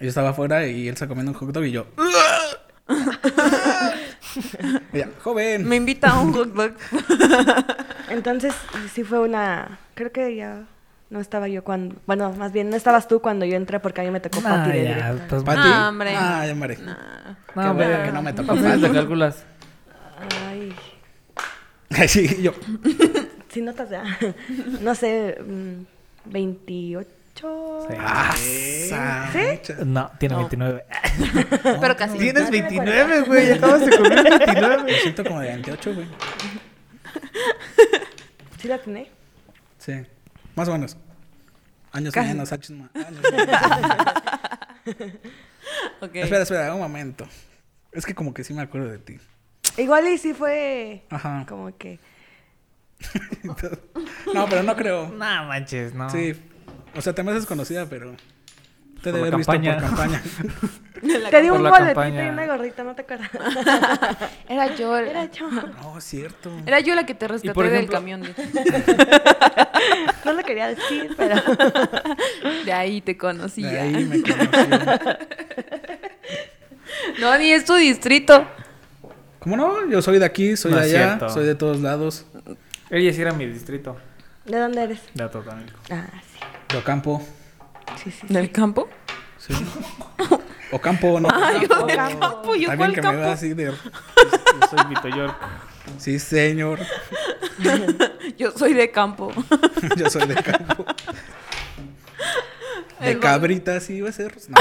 Yo estaba afuera y Elsa comiendo un hot dog y yo. [LAUGHS] Ella, joven.
Me invita a un hot dog. [LAUGHS]
Entonces, sí fue una. Creo que ya no estaba yo cuando. Bueno, más bien no estabas tú cuando yo entré porque a mí me tocó
Ah,
Pati de
ya,
directo.
estás-
Pati.
No, hombre.
Ah, ya maré.
Nah.
Qué
No, hombre.
bueno que no me tocó
Apenas
Pati.
te calculas.
Ay.
Sí, yo.
Si notas ya. [LAUGHS] No sé. mm, 28.
Sí.
¡Asa!
Ah, No, tiene 29.
[LAUGHS] Pero casi.
Tienes
no,
29, güey. Acabas de cumplir 29.
Me siento como de 28, güey.
¿Sí la tiene?
Sí. Más o menos. Años
Casi.
menos, años más.
[LAUGHS]
años menos.
Ok.
Espera, espera, un momento. Es que como que sí me acuerdo de ti.
Igual y sí fue.
Ajá.
Como que.
No, pero [LAUGHS] no creo.
No manches, no.
Sí. O sea, te me haces conocida, pero. Te
Por
debe haber
la
visto por
campaña.
campaña. [LAUGHS]
Te di
por
un
la
boletito
campaña.
y una gorrita, no te acuerdas. [LAUGHS]
[LAUGHS] Era yo.
Era
Era,
yo.
No, es cierto.
yo la que te rescaté
por
del
ejemplo-
camión.
[LAUGHS]
De,
No lo quería decir, pero.
de ahí te conocí.
De
ya. [LAUGHS]
ahí me conoció.
No, ni es tu distrito.
¿Cómo no? Yo soy de aquí, soy
No
de
es
allá,
cierto.
soy de todos lados.
Ella sí era mi distrito.
¿De dónde eres?
De [LAUGHS] Atotonilco.
Ah, sí.
De Ocampo.
Sí, sí.
¿Del campo?
Sí.
[LAUGHS]
Ocampo, no.
Ay, yo
Ocampo.
del campo. ¿Yo
También
cuál
que me
campo?
va así de.
Yo soy Vito York.
Sí, señor. [LAUGHS]
Yo soy de campo.
Yo soy de
[LAUGHS]
campo.
El
De
bo-
cabritas y becerros.
[LAUGHS]
No.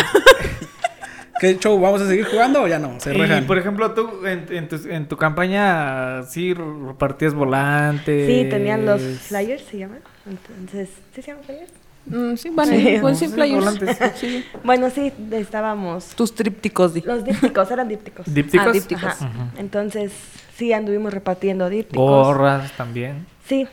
¿Qué show? ¿Vamos a seguir jugando o ya no? Se
Y
rejan.
por ejemplo, tú en, en tu, en tu campaña sí repartías volantes. Pues
Sí, tenían los flyers, se llaman. Entonces, ¿sí se llaman flyers?
Mm, sí, van
Sí.
en, sí,
Sí,
flyers.
volantes.
Sí.
Bueno, sí, estábamos.
Tus trípticos, di.
Los dípticos, eran dípticos.
Dípticos.
Ah, dípticos.
Ajá. Entonces, sí, anduvimos repartiendo dípticos.
Gorras también.
Sí,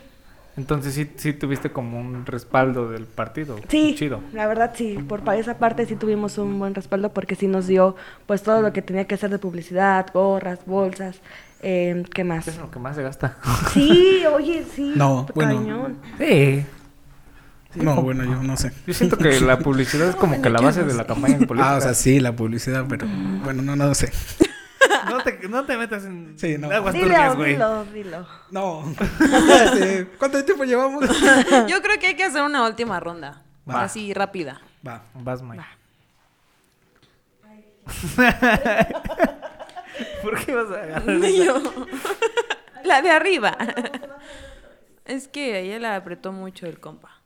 Entonces sí, sí tuviste como un respaldo del partido.
Sí,
Chido.
la verdad sí, por pa- esa parte sí tuvimos un buen respaldo porque sí nos dio pues todo lo que tenía que hacer de publicidad, gorras, bolsas, eh, ¿qué más?
Es lo que más se gasta.
Sí, oye, sí,
No, bueno.
cañón.
Sí.
No, bueno, yo no sé.
Yo siento que la publicidad es como que la base de la campaña política.
Ah, o sea, sí, la publicidad, pero bueno, no, no sé.
[LAUGHS] no, te, no te metas en
Sí, no.
aguas
Dilo,
turbias, güey.
dilo, dilo.
No.
[LAUGHS]
Este, ¿Cuánto tiempo llevamos?
[LAUGHS] Yo creo que hay que hacer una última ronda.
Va.
Así rápida.
Va.
Vas, Mike. [LAUGHS] ¿Por qué vas
[LAUGHS]
a agarrar?
Yo. La de arriba. Es que a ella la apretó mucho el compa.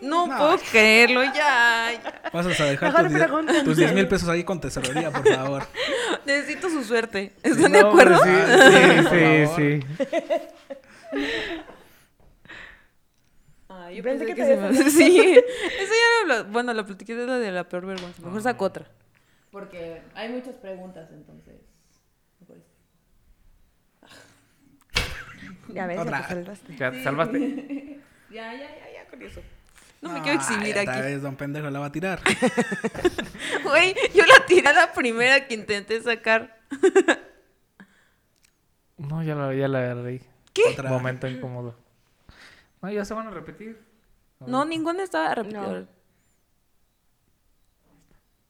No, puedo creerlo, ya, ya.
Vas a
Mejor
dejar tus die-
pregúntame.
tus 10 mil pesos ahí con tesorería, por favor.
Necesito su suerte. ¿Están de acuerdo? [LAUGHS]
Sí, sí, sí, sí.
Ah, yo
Pensé
pensé,
que
que,
te
se
había
me... [LAUGHS] Sí. Eso ya lo habla- Bueno, la platiqué de la de la peor vergüenza. Mejor saco otra. Porque hay muchas preguntas, entonces.
Ya ves, ya
Otra.
te salvaste.
Ya te salvaste.
Ya, ya, ya, ya con eso. No me quiero exhibir
Ay, otra
aquí.
vez don pendejo la va a tirar.
Güey, yo la tiré a la primera que intenté sacar.
No, ya la, ya la agarré.
Otra.
Momento incómodo. No, ya se van a repetir.
No, ninguna estaba repetida.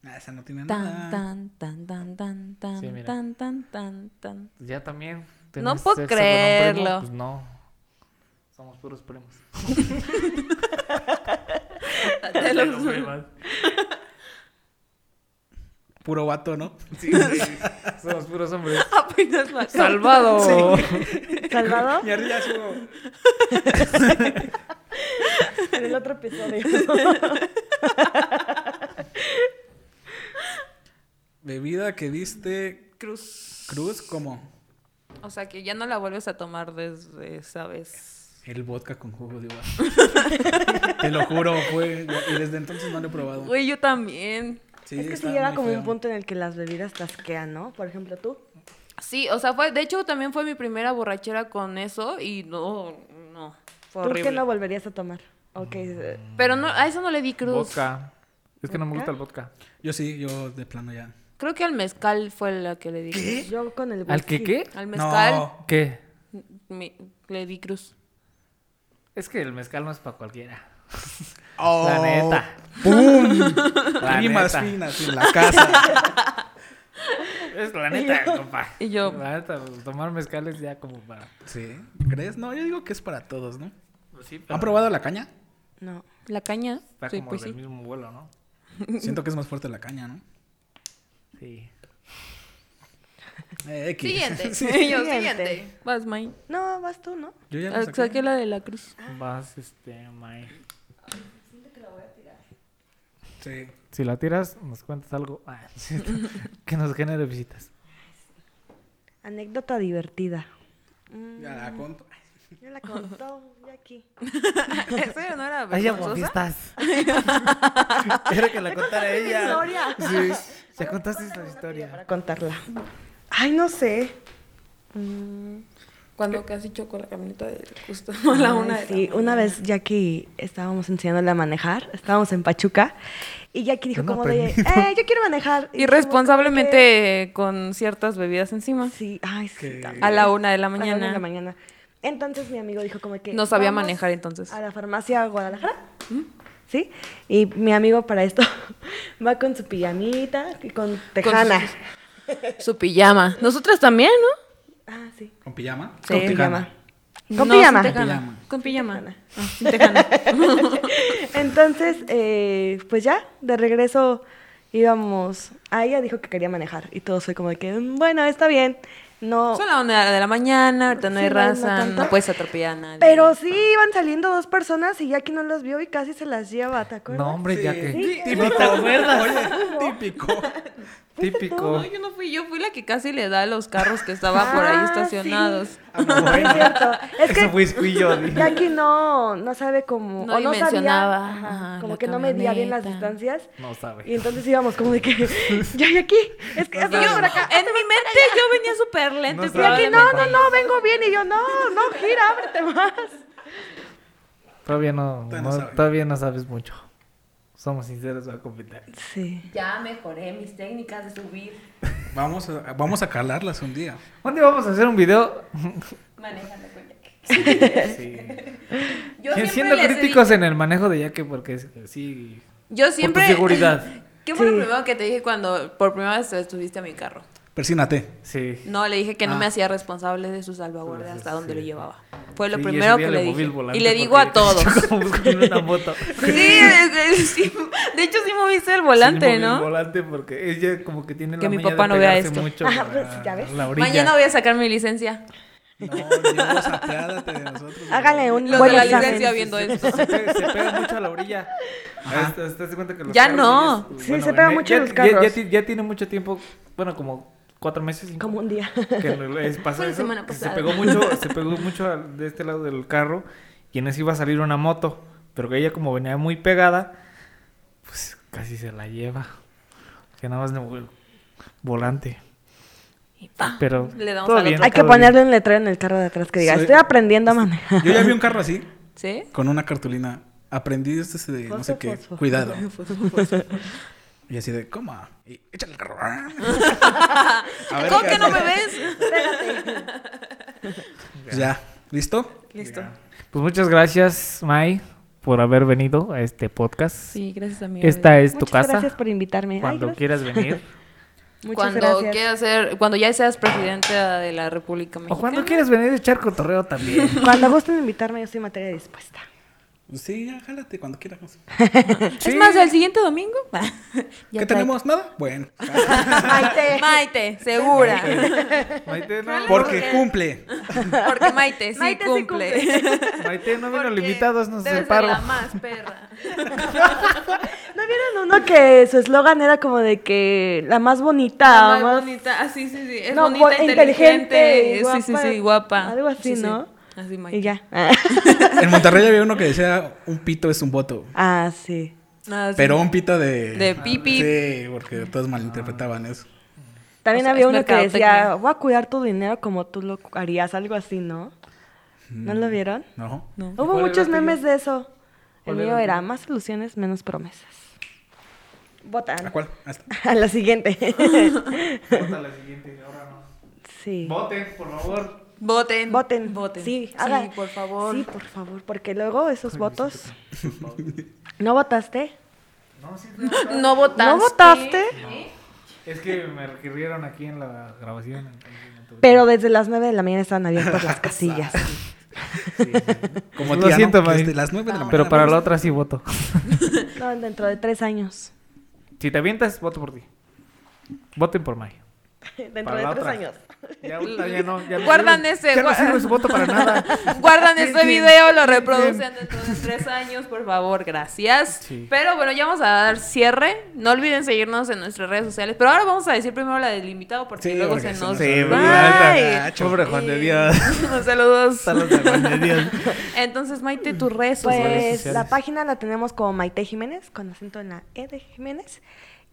Ah, esa no tiene
Tan,
nada.
tan, tan, tan, tan, tan,
Sí, mira.
tan, tan, tan, [LAUGHS] tan.
Ya también.
No
¿Tenés
puedo
sexo con un primo?
creerlo.
Pues no. Somos puros primos.
[LAUGHS] Te lo juro.
Puro vato, ¿no?
Sí, sí. Somos puros hombres.
[LAUGHS] Apenas la
¡Salvado!
[LAUGHS]
¿Salvado?
Y arriba subo.
en el otro episodio.
Bebida que diste
cruz.
cruz como
O sea que ya no la vuelves a tomar desde esa vez.
el vodka con jugo de uva.
[LAUGHS]
Te lo juro, fue. Y desde entonces no lo he probado.
Güey, yo también.
Sí,
[LAUGHS] es que sí
está
llega
muy
como
feo.
un punto en el que las bebidas tasquean, ¿no? Por ejemplo, tú.
Sí, o sea, fue, de hecho también fue mi primera borrachera con eso y no, no, fue
¿Tú qué
horrible.
no volverías a tomar? Ok, eh,
Pero no, a eso no le di cruz.
Vodka. Es que no me gusta el vodka.
Yo sí, yo de plano ya.
Creo que al mezcal fue la que le di cruz.
yo con el
¿Al qué
whisky.
qué?
Al mezcal
No.
¿Qué?
me- le di cruz.
Es que el mezcal no es para cualquiera.
Oh,
La neta.
¡Pum!
La
Rimas
neta.
finas en la casa.
Es la neta, compa.
Y yo-
La neta, pues, tomar mezcal es ya como para.
[LAUGHS] Sí. ¿Crees? No, yo digo que es para todos, ¿no?
Sí, pero
¿Han probado la
[LAUGHS]
caña?
No.
La caña.
Está
Sí,
como
pues
del
sí.
mismo vuelo, ¿no?
Siento que es más fuerte la caña, ¿no?
Sí.
Eh, X.
Siguiente.
[LAUGHS] Sí.
Y yo,
Siguiente.
siguiente. Vas, May.
No, vas tú, ¿no?
Yo ya
Ah,
lo saqué.
Saqué la de la [LAUGHS] cruz.
Vas, este, May.
Sí.
Si la tiras, nos cuentas algo ah, sí, que nos genere visitas.
Anécdota divertida.
Ya la conto.
Yo la contó, ya aquí.
Eso no era
Ay, hago
vergonzosa.
fiestas. Era que
[LAUGHS]
la contara ella.
Gloria.
Sí. Ya contaste la historia.
Para contarla. Ay, no sé.
Mm. Cuando casi chocó la camioneta de justo a la una
Ay,
de
sí,
la
una vez Jackie estábamos enseñándole a manejar, estábamos en Pachuca y Jackie dijo
Yo no
como de,
aprendí.
eh, yo quiero manejar. Y dijimos
Irresponsablemente con ciertas bebidas encima.
como que- Sí, ay, sí.
Que-
también.
A la una de la
A la una de
mañana.
la mañana. Entonces mi amigo dijo como que
No sabía
"Vamos
manejar entonces. ¿Mm?
A la farmacia Guadalajara. ¿Sí? Y mi amigo para esto [LAUGHS] va con su pijamita y con tejana.
Su pijama. Nosotras también, ¿no?
Ah, sí.
¿Con pijama?
Sí.
Con pijama. Con
No,
pijama.
sin tejana.
Pijama.
Con pijama.
Tejana.
Ah, sin
[LAUGHS]
tejana.
Entonces, eh, pues ya, de regreso íbamos. A ella dijo que quería manejar y todo fue como de que, "Mm, bueno, está bien. No.
Son la una de la mañana, ahorita no
Sí,
hay
no hay
raza,
tanto.
no puedes atropellar a nadie.
Pero sí iban saliendo dos personas y Jackie no las vio y casi se las lleva, ¿te acuerdas?
No, hombre, ya que.
Típico. Oye, típico.
Típico. Oh.
No, yo no fui, yo fui la que casi le da a los carros que estaban por ahí
Ah,
estacionados.
sí.
Ah, no,
Es
bueno.
cierto. Es
Eso
que
fui, fui yo. dije.
Jackie no, no sabe cómo.
No
o no
dimensionaba,
Sabía, ajá,
ajá,
como
la
que no medía bien las
camioneta.
distancias.
No sabe.
Y entonces íbamos como de que. Ya, Jackie, es que hazte
Yo-
por acá.
en mi mente yo venía súper lento.
No
y
sabe.
Jackie,
probablemente-
no, no, no, vengo bien. Y yo, no, no, gira, ábrete más.
Todavía no,
Todavía
no-
no sabe.
todavía no sabes mucho. Somos sinceros, voy a comentar.
Sí.
Ya mejoré mis técnicas de subir,
Vamos a, vamos a calarlas un día.
Un día vamos a hacer
[LAUGHS]
un video.
manejando con Jackie.
Sí.
Yo
Sí,
siempre
siendo
les he
críticos en el manejo de Yaque porque es- sí.
Yo siempre.
seguridad.
[LAUGHS] ¿Qué fue lo
Sí.
primero que te dije cuando por primera vez te subiste a mi carro?
Persínate.
Sí.
No, le dije que no
Ah.
me hacía responsable de su salvaguardia hasta donde lo
Sí.
llevaba. Fue lo
Sí, y ese
primero
día
que
le
le
moví el
dije.
volante
Y le digo
[LAUGHS] porque
a todos.
chocamos con una moto.
[LAUGHS] Sí, es- es- sí, de hecho sí moviste el volante,
Sí, moví el
¿no?
volante porque ella como que tiene la
Que mi
maña de
papá no vea
pegarse
esto.
mucho
Ajá,
a la-
pues, ¿ya ves?
a la orilla.
Mañana voy a sacar mi licencia.
[LAUGHS] No, llevo sapeádate de nosotros.
Hágale un
Los
buen
de la
examen.
licencia viendo esto.
Se pega, se pega mucho a la orilla.
Ajá.
Ah, ¿te- te das cuenta que los
Ya
carros
no.
tienes-
Sí, se pega
me-
mucho
ya-
los
ya-
carros.
Ya, ti- ya tiene mucho tiempo, bueno, como cuatro meses. cinco,
Como un día.
que lo- es- pasó
Fue la
eso,
semana
que se
pasada.
pegó mucho, se pegó mucho al- de este lado del carro y en eso iba a salir una moto, pero que ella como venía muy pegada, pues casi se la lleva. Que nada más no volante.
Y pa,
Pero
Le damos
todo
al
bien,
otro.
Hay que
todo bien.
ponerle un letrero en el carro de atrás que diga,
Soy-
estoy aprendiendo a manejar.
Yo ya vi un carro así,
¿Sí?
con una cartulina. Aprendí este de no sé qué.
Fosfo, fosfo.
Cuidado. Y así de, coma. Y échale el carro. A ver
¿Cómo
qué
que no
hace.
me ves?
Pues Ya. ¿Listo?
Listo.
Pues muchas gracias, Mai, por haber venido a este podcast.
Sí, gracias amiga.
Esta es tu
Muchas
casa.
gracias por invitarme. Ay,
Cuando
gracias.
quieras
[LAUGHS]
venir.
Muchas
Cuando
gracias.
quieras ser, cuando ya seas presidenta de la República
o
Mexicana.
cuando quieras venir a echar
[LAUGHS]
cotorreo también.
Cuando gusten invitarme, yo soy materia dispuesta.
Sí, ya, jálate cuando quieras.
Es más, el siguiente domingo. [LAUGHS]
¿Qué tenemos? ¿Nada? Bueno.
Ah, Maite. [LAUGHS] Maite, segura.
Maite no,
Porque cumple.
Porque Maite sí
Maite sí
cumple. [LAUGHS]
Maite no vino
Porque
limitados, nos
debe ser
separo. [LAUGHS]
la más [LAUGHS] perra.
¿No vieron uno que su eslogan era como de que la más bonita?
La
o
más
más-
bonita. Ah, sí, sí, sí. Es
No, bo-
bonita, inteligente. Sí,
inteligente,
sí,
guapa.
sí, guapa.
Algo así,
Sí, sí.
¿no?
Así, Maite.
Y ya. [LAUGHS]
En Monterrey había uno que decía, un pito es un voto.
ah, sí.
Ah, sí.
Pero un pito de...
De pipi.
Sí, porque todos malinterpretaban eso.
También
O sea,
había
es
uno que
mercadotecnia.
decía, voy a cuidar tu dinero como tú lo cu- harías, algo así, ¿no? ¿No lo vieron?
¿No?
No.
Hubo
¿Cuál
muchos
era el
memes de eso. El
¿Cuál
mío
era el
era más ilusiones, menos promesas.
¿A
[LAUGHS] Votan.
cuál? Ah, está.
A la siguiente.
Vota la siguiente, ahora no.
sí.
Voten, por favor.
Voten.
Voten.
Voten.
Sí,
Sí,
hagan-
por favor.
Sí, por favor, porque luego esos votos. ¿No votaste?
No, sí,
No votaste.
¿No votaste?
es que me requirieron aquí en la grabación. entonces no tuve-
Pero desde las 9 de la mañana estaban abiertas las casillas.
Como
Lo
tía, ¿no?
siento,
Que
Mari.
desde las 9
Ah.
de la mañana.
Pero para la otra sí voto.
No, dentro de tres años.
Si te avientas, voto por ti. Voten por May.
Dentro
Para
de
la
tres
otra.
años.
Ya, ahorita ya no. Ya no
Guardan
sirve-
ese,
Ya no
guarda-
sirve su voto para nada.
[LAUGHS] Guardan
¿Quién,
este
quién?
video, lo
¿Quién,
reproducen dentro de tres años, por favor, gracias.
Sí.
Pero bueno, ya vamos a dar cierre. No olviden seguirnos en nuestras redes sociales. Pero ahora vamos a decir primero la del invitado porque
Sí,
luego
porque
se
se
nos.
nos- Sí,
va.
¿verdad? Ay.
Ah, Pobre Juan de Dios.
Unos [LAUGHS] Saludos.
Saludos a Juan de Dios.
[LAUGHS] Entonces, Maite, tus redes sociales.
Pues la página la tenemos como Maite Jiménez, con acento en la E de Jiménez.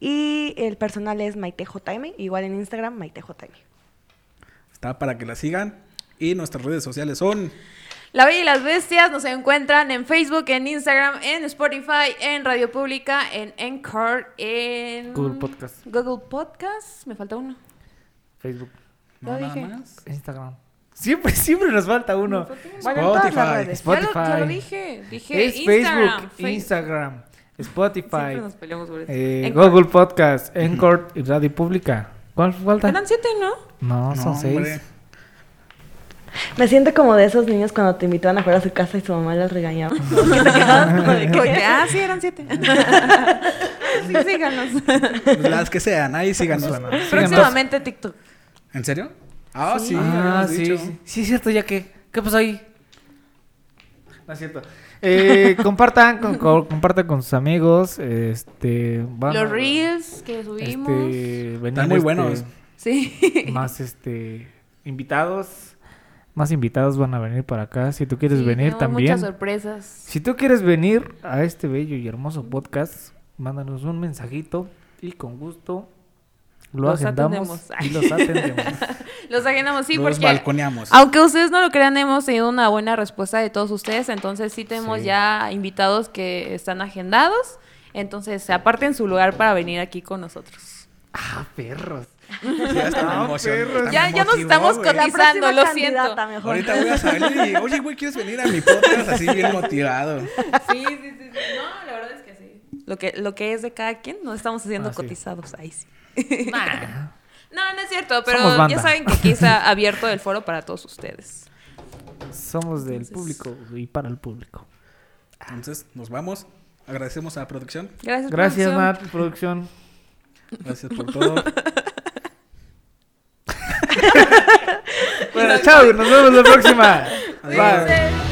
Y el personal es Maite JM, igual en Instagram, Maite JM.
Está para que la sigan. Y nuestras redes sociales son...
La Bella y las Bestias nos encuentran en Facebook, en Instagram, en Spotify, en Radio Pública, en Anchor, en
Google Podcast.
Google Podcast. Me falta uno.
Facebook,
Lo
No, nada
dije.
más.
Instagram. Siempre, siempre nos falta uno.
Bueno, en todas las
Spotify.
redes.
Ya lo, ya lo
Spotify.
dije. Dije
Es
Instagram.
Facebook,
Fe-
Instagram,
Siempre
Spotify,
nos peleamos por eso.
eh,
En-
Google Podcast, Encore y Radio Pública. ¿Cuál falta?
Eran siete, ¿no?
[LAUGHS]
[LAUGHS]
No,
No,
son
hombre.
seis.
Me siento como de esos niños cuando te invitaban a jugar a su casa y su mamá los regañaba. Que te quedabas [LAUGHS] como de, ¿qué?
Porque- ah, sí, eran siete. [LAUGHS] sí, síganos.
Pues las que sean. Ahí síganos.
Próximamente TikTok.
¿En serio? Ah, sí.
Ah,
habíamos
sí,
dicho.
sí. Sí, es cierto, ya que. ¿Qué pasó ahí? No es cierto.
[LAUGHS]
Eh, compartan, con, con- compartan con sus amigos. Este, van a-
Los reels que subimos.
Este, venir,
Están muy buenos.
Sí.
Más este, invitados. Más invitados van a venir para acá. Si tú quieres
Sí,
venir
tenemos
también.
Muchas sorpresas.
Si tú quieres venir a este bello y hermoso podcast, mándanos un mensajito y con gusto lo
Los
agendamos
atendemos.
y
[LAUGHS]
los atendemos.
Los agendamos, sí,
Los
porque
balconeamos.
aunque ustedes no lo crean, hemos tenido una buena respuesta de todos ustedes. Entonces sí tenemos
Sí.
ya invitados que están agendados. Entonces se aparten su lugar para venir aquí con nosotros.
ah, perros.
Ya, hasta me
Ah,
emocioné,
perros.
hasta me
Ya- ya nos
motivó,
estamos
güey.
con- Pisando, lo siento.
candidata, mejor.
Ahorita voy a salir y, oye, güey, ¿quieres venir a mi podcast así bien motivado?
Sí, sí, sí. No, la verdad es que sí. Lo que, lo que es de cada quien, nos estamos haciendo
Ah, sí.
cotizados. Ahí sí. [LAUGHS] No, no es cierto,
Somos
pero ya
banda.
saben que aquí está abierto el foro para todos ustedes.
Somos del
Entonces-
público y para el público.
Entonces, nos vamos. Agradecemos a la producción.
Gracias.
Gracias,
producción.
Nat,
[LAUGHS]
producción.
Gracias por todo.
Bueno, chao, nos vemos la próxima. Bye.
Cuídense.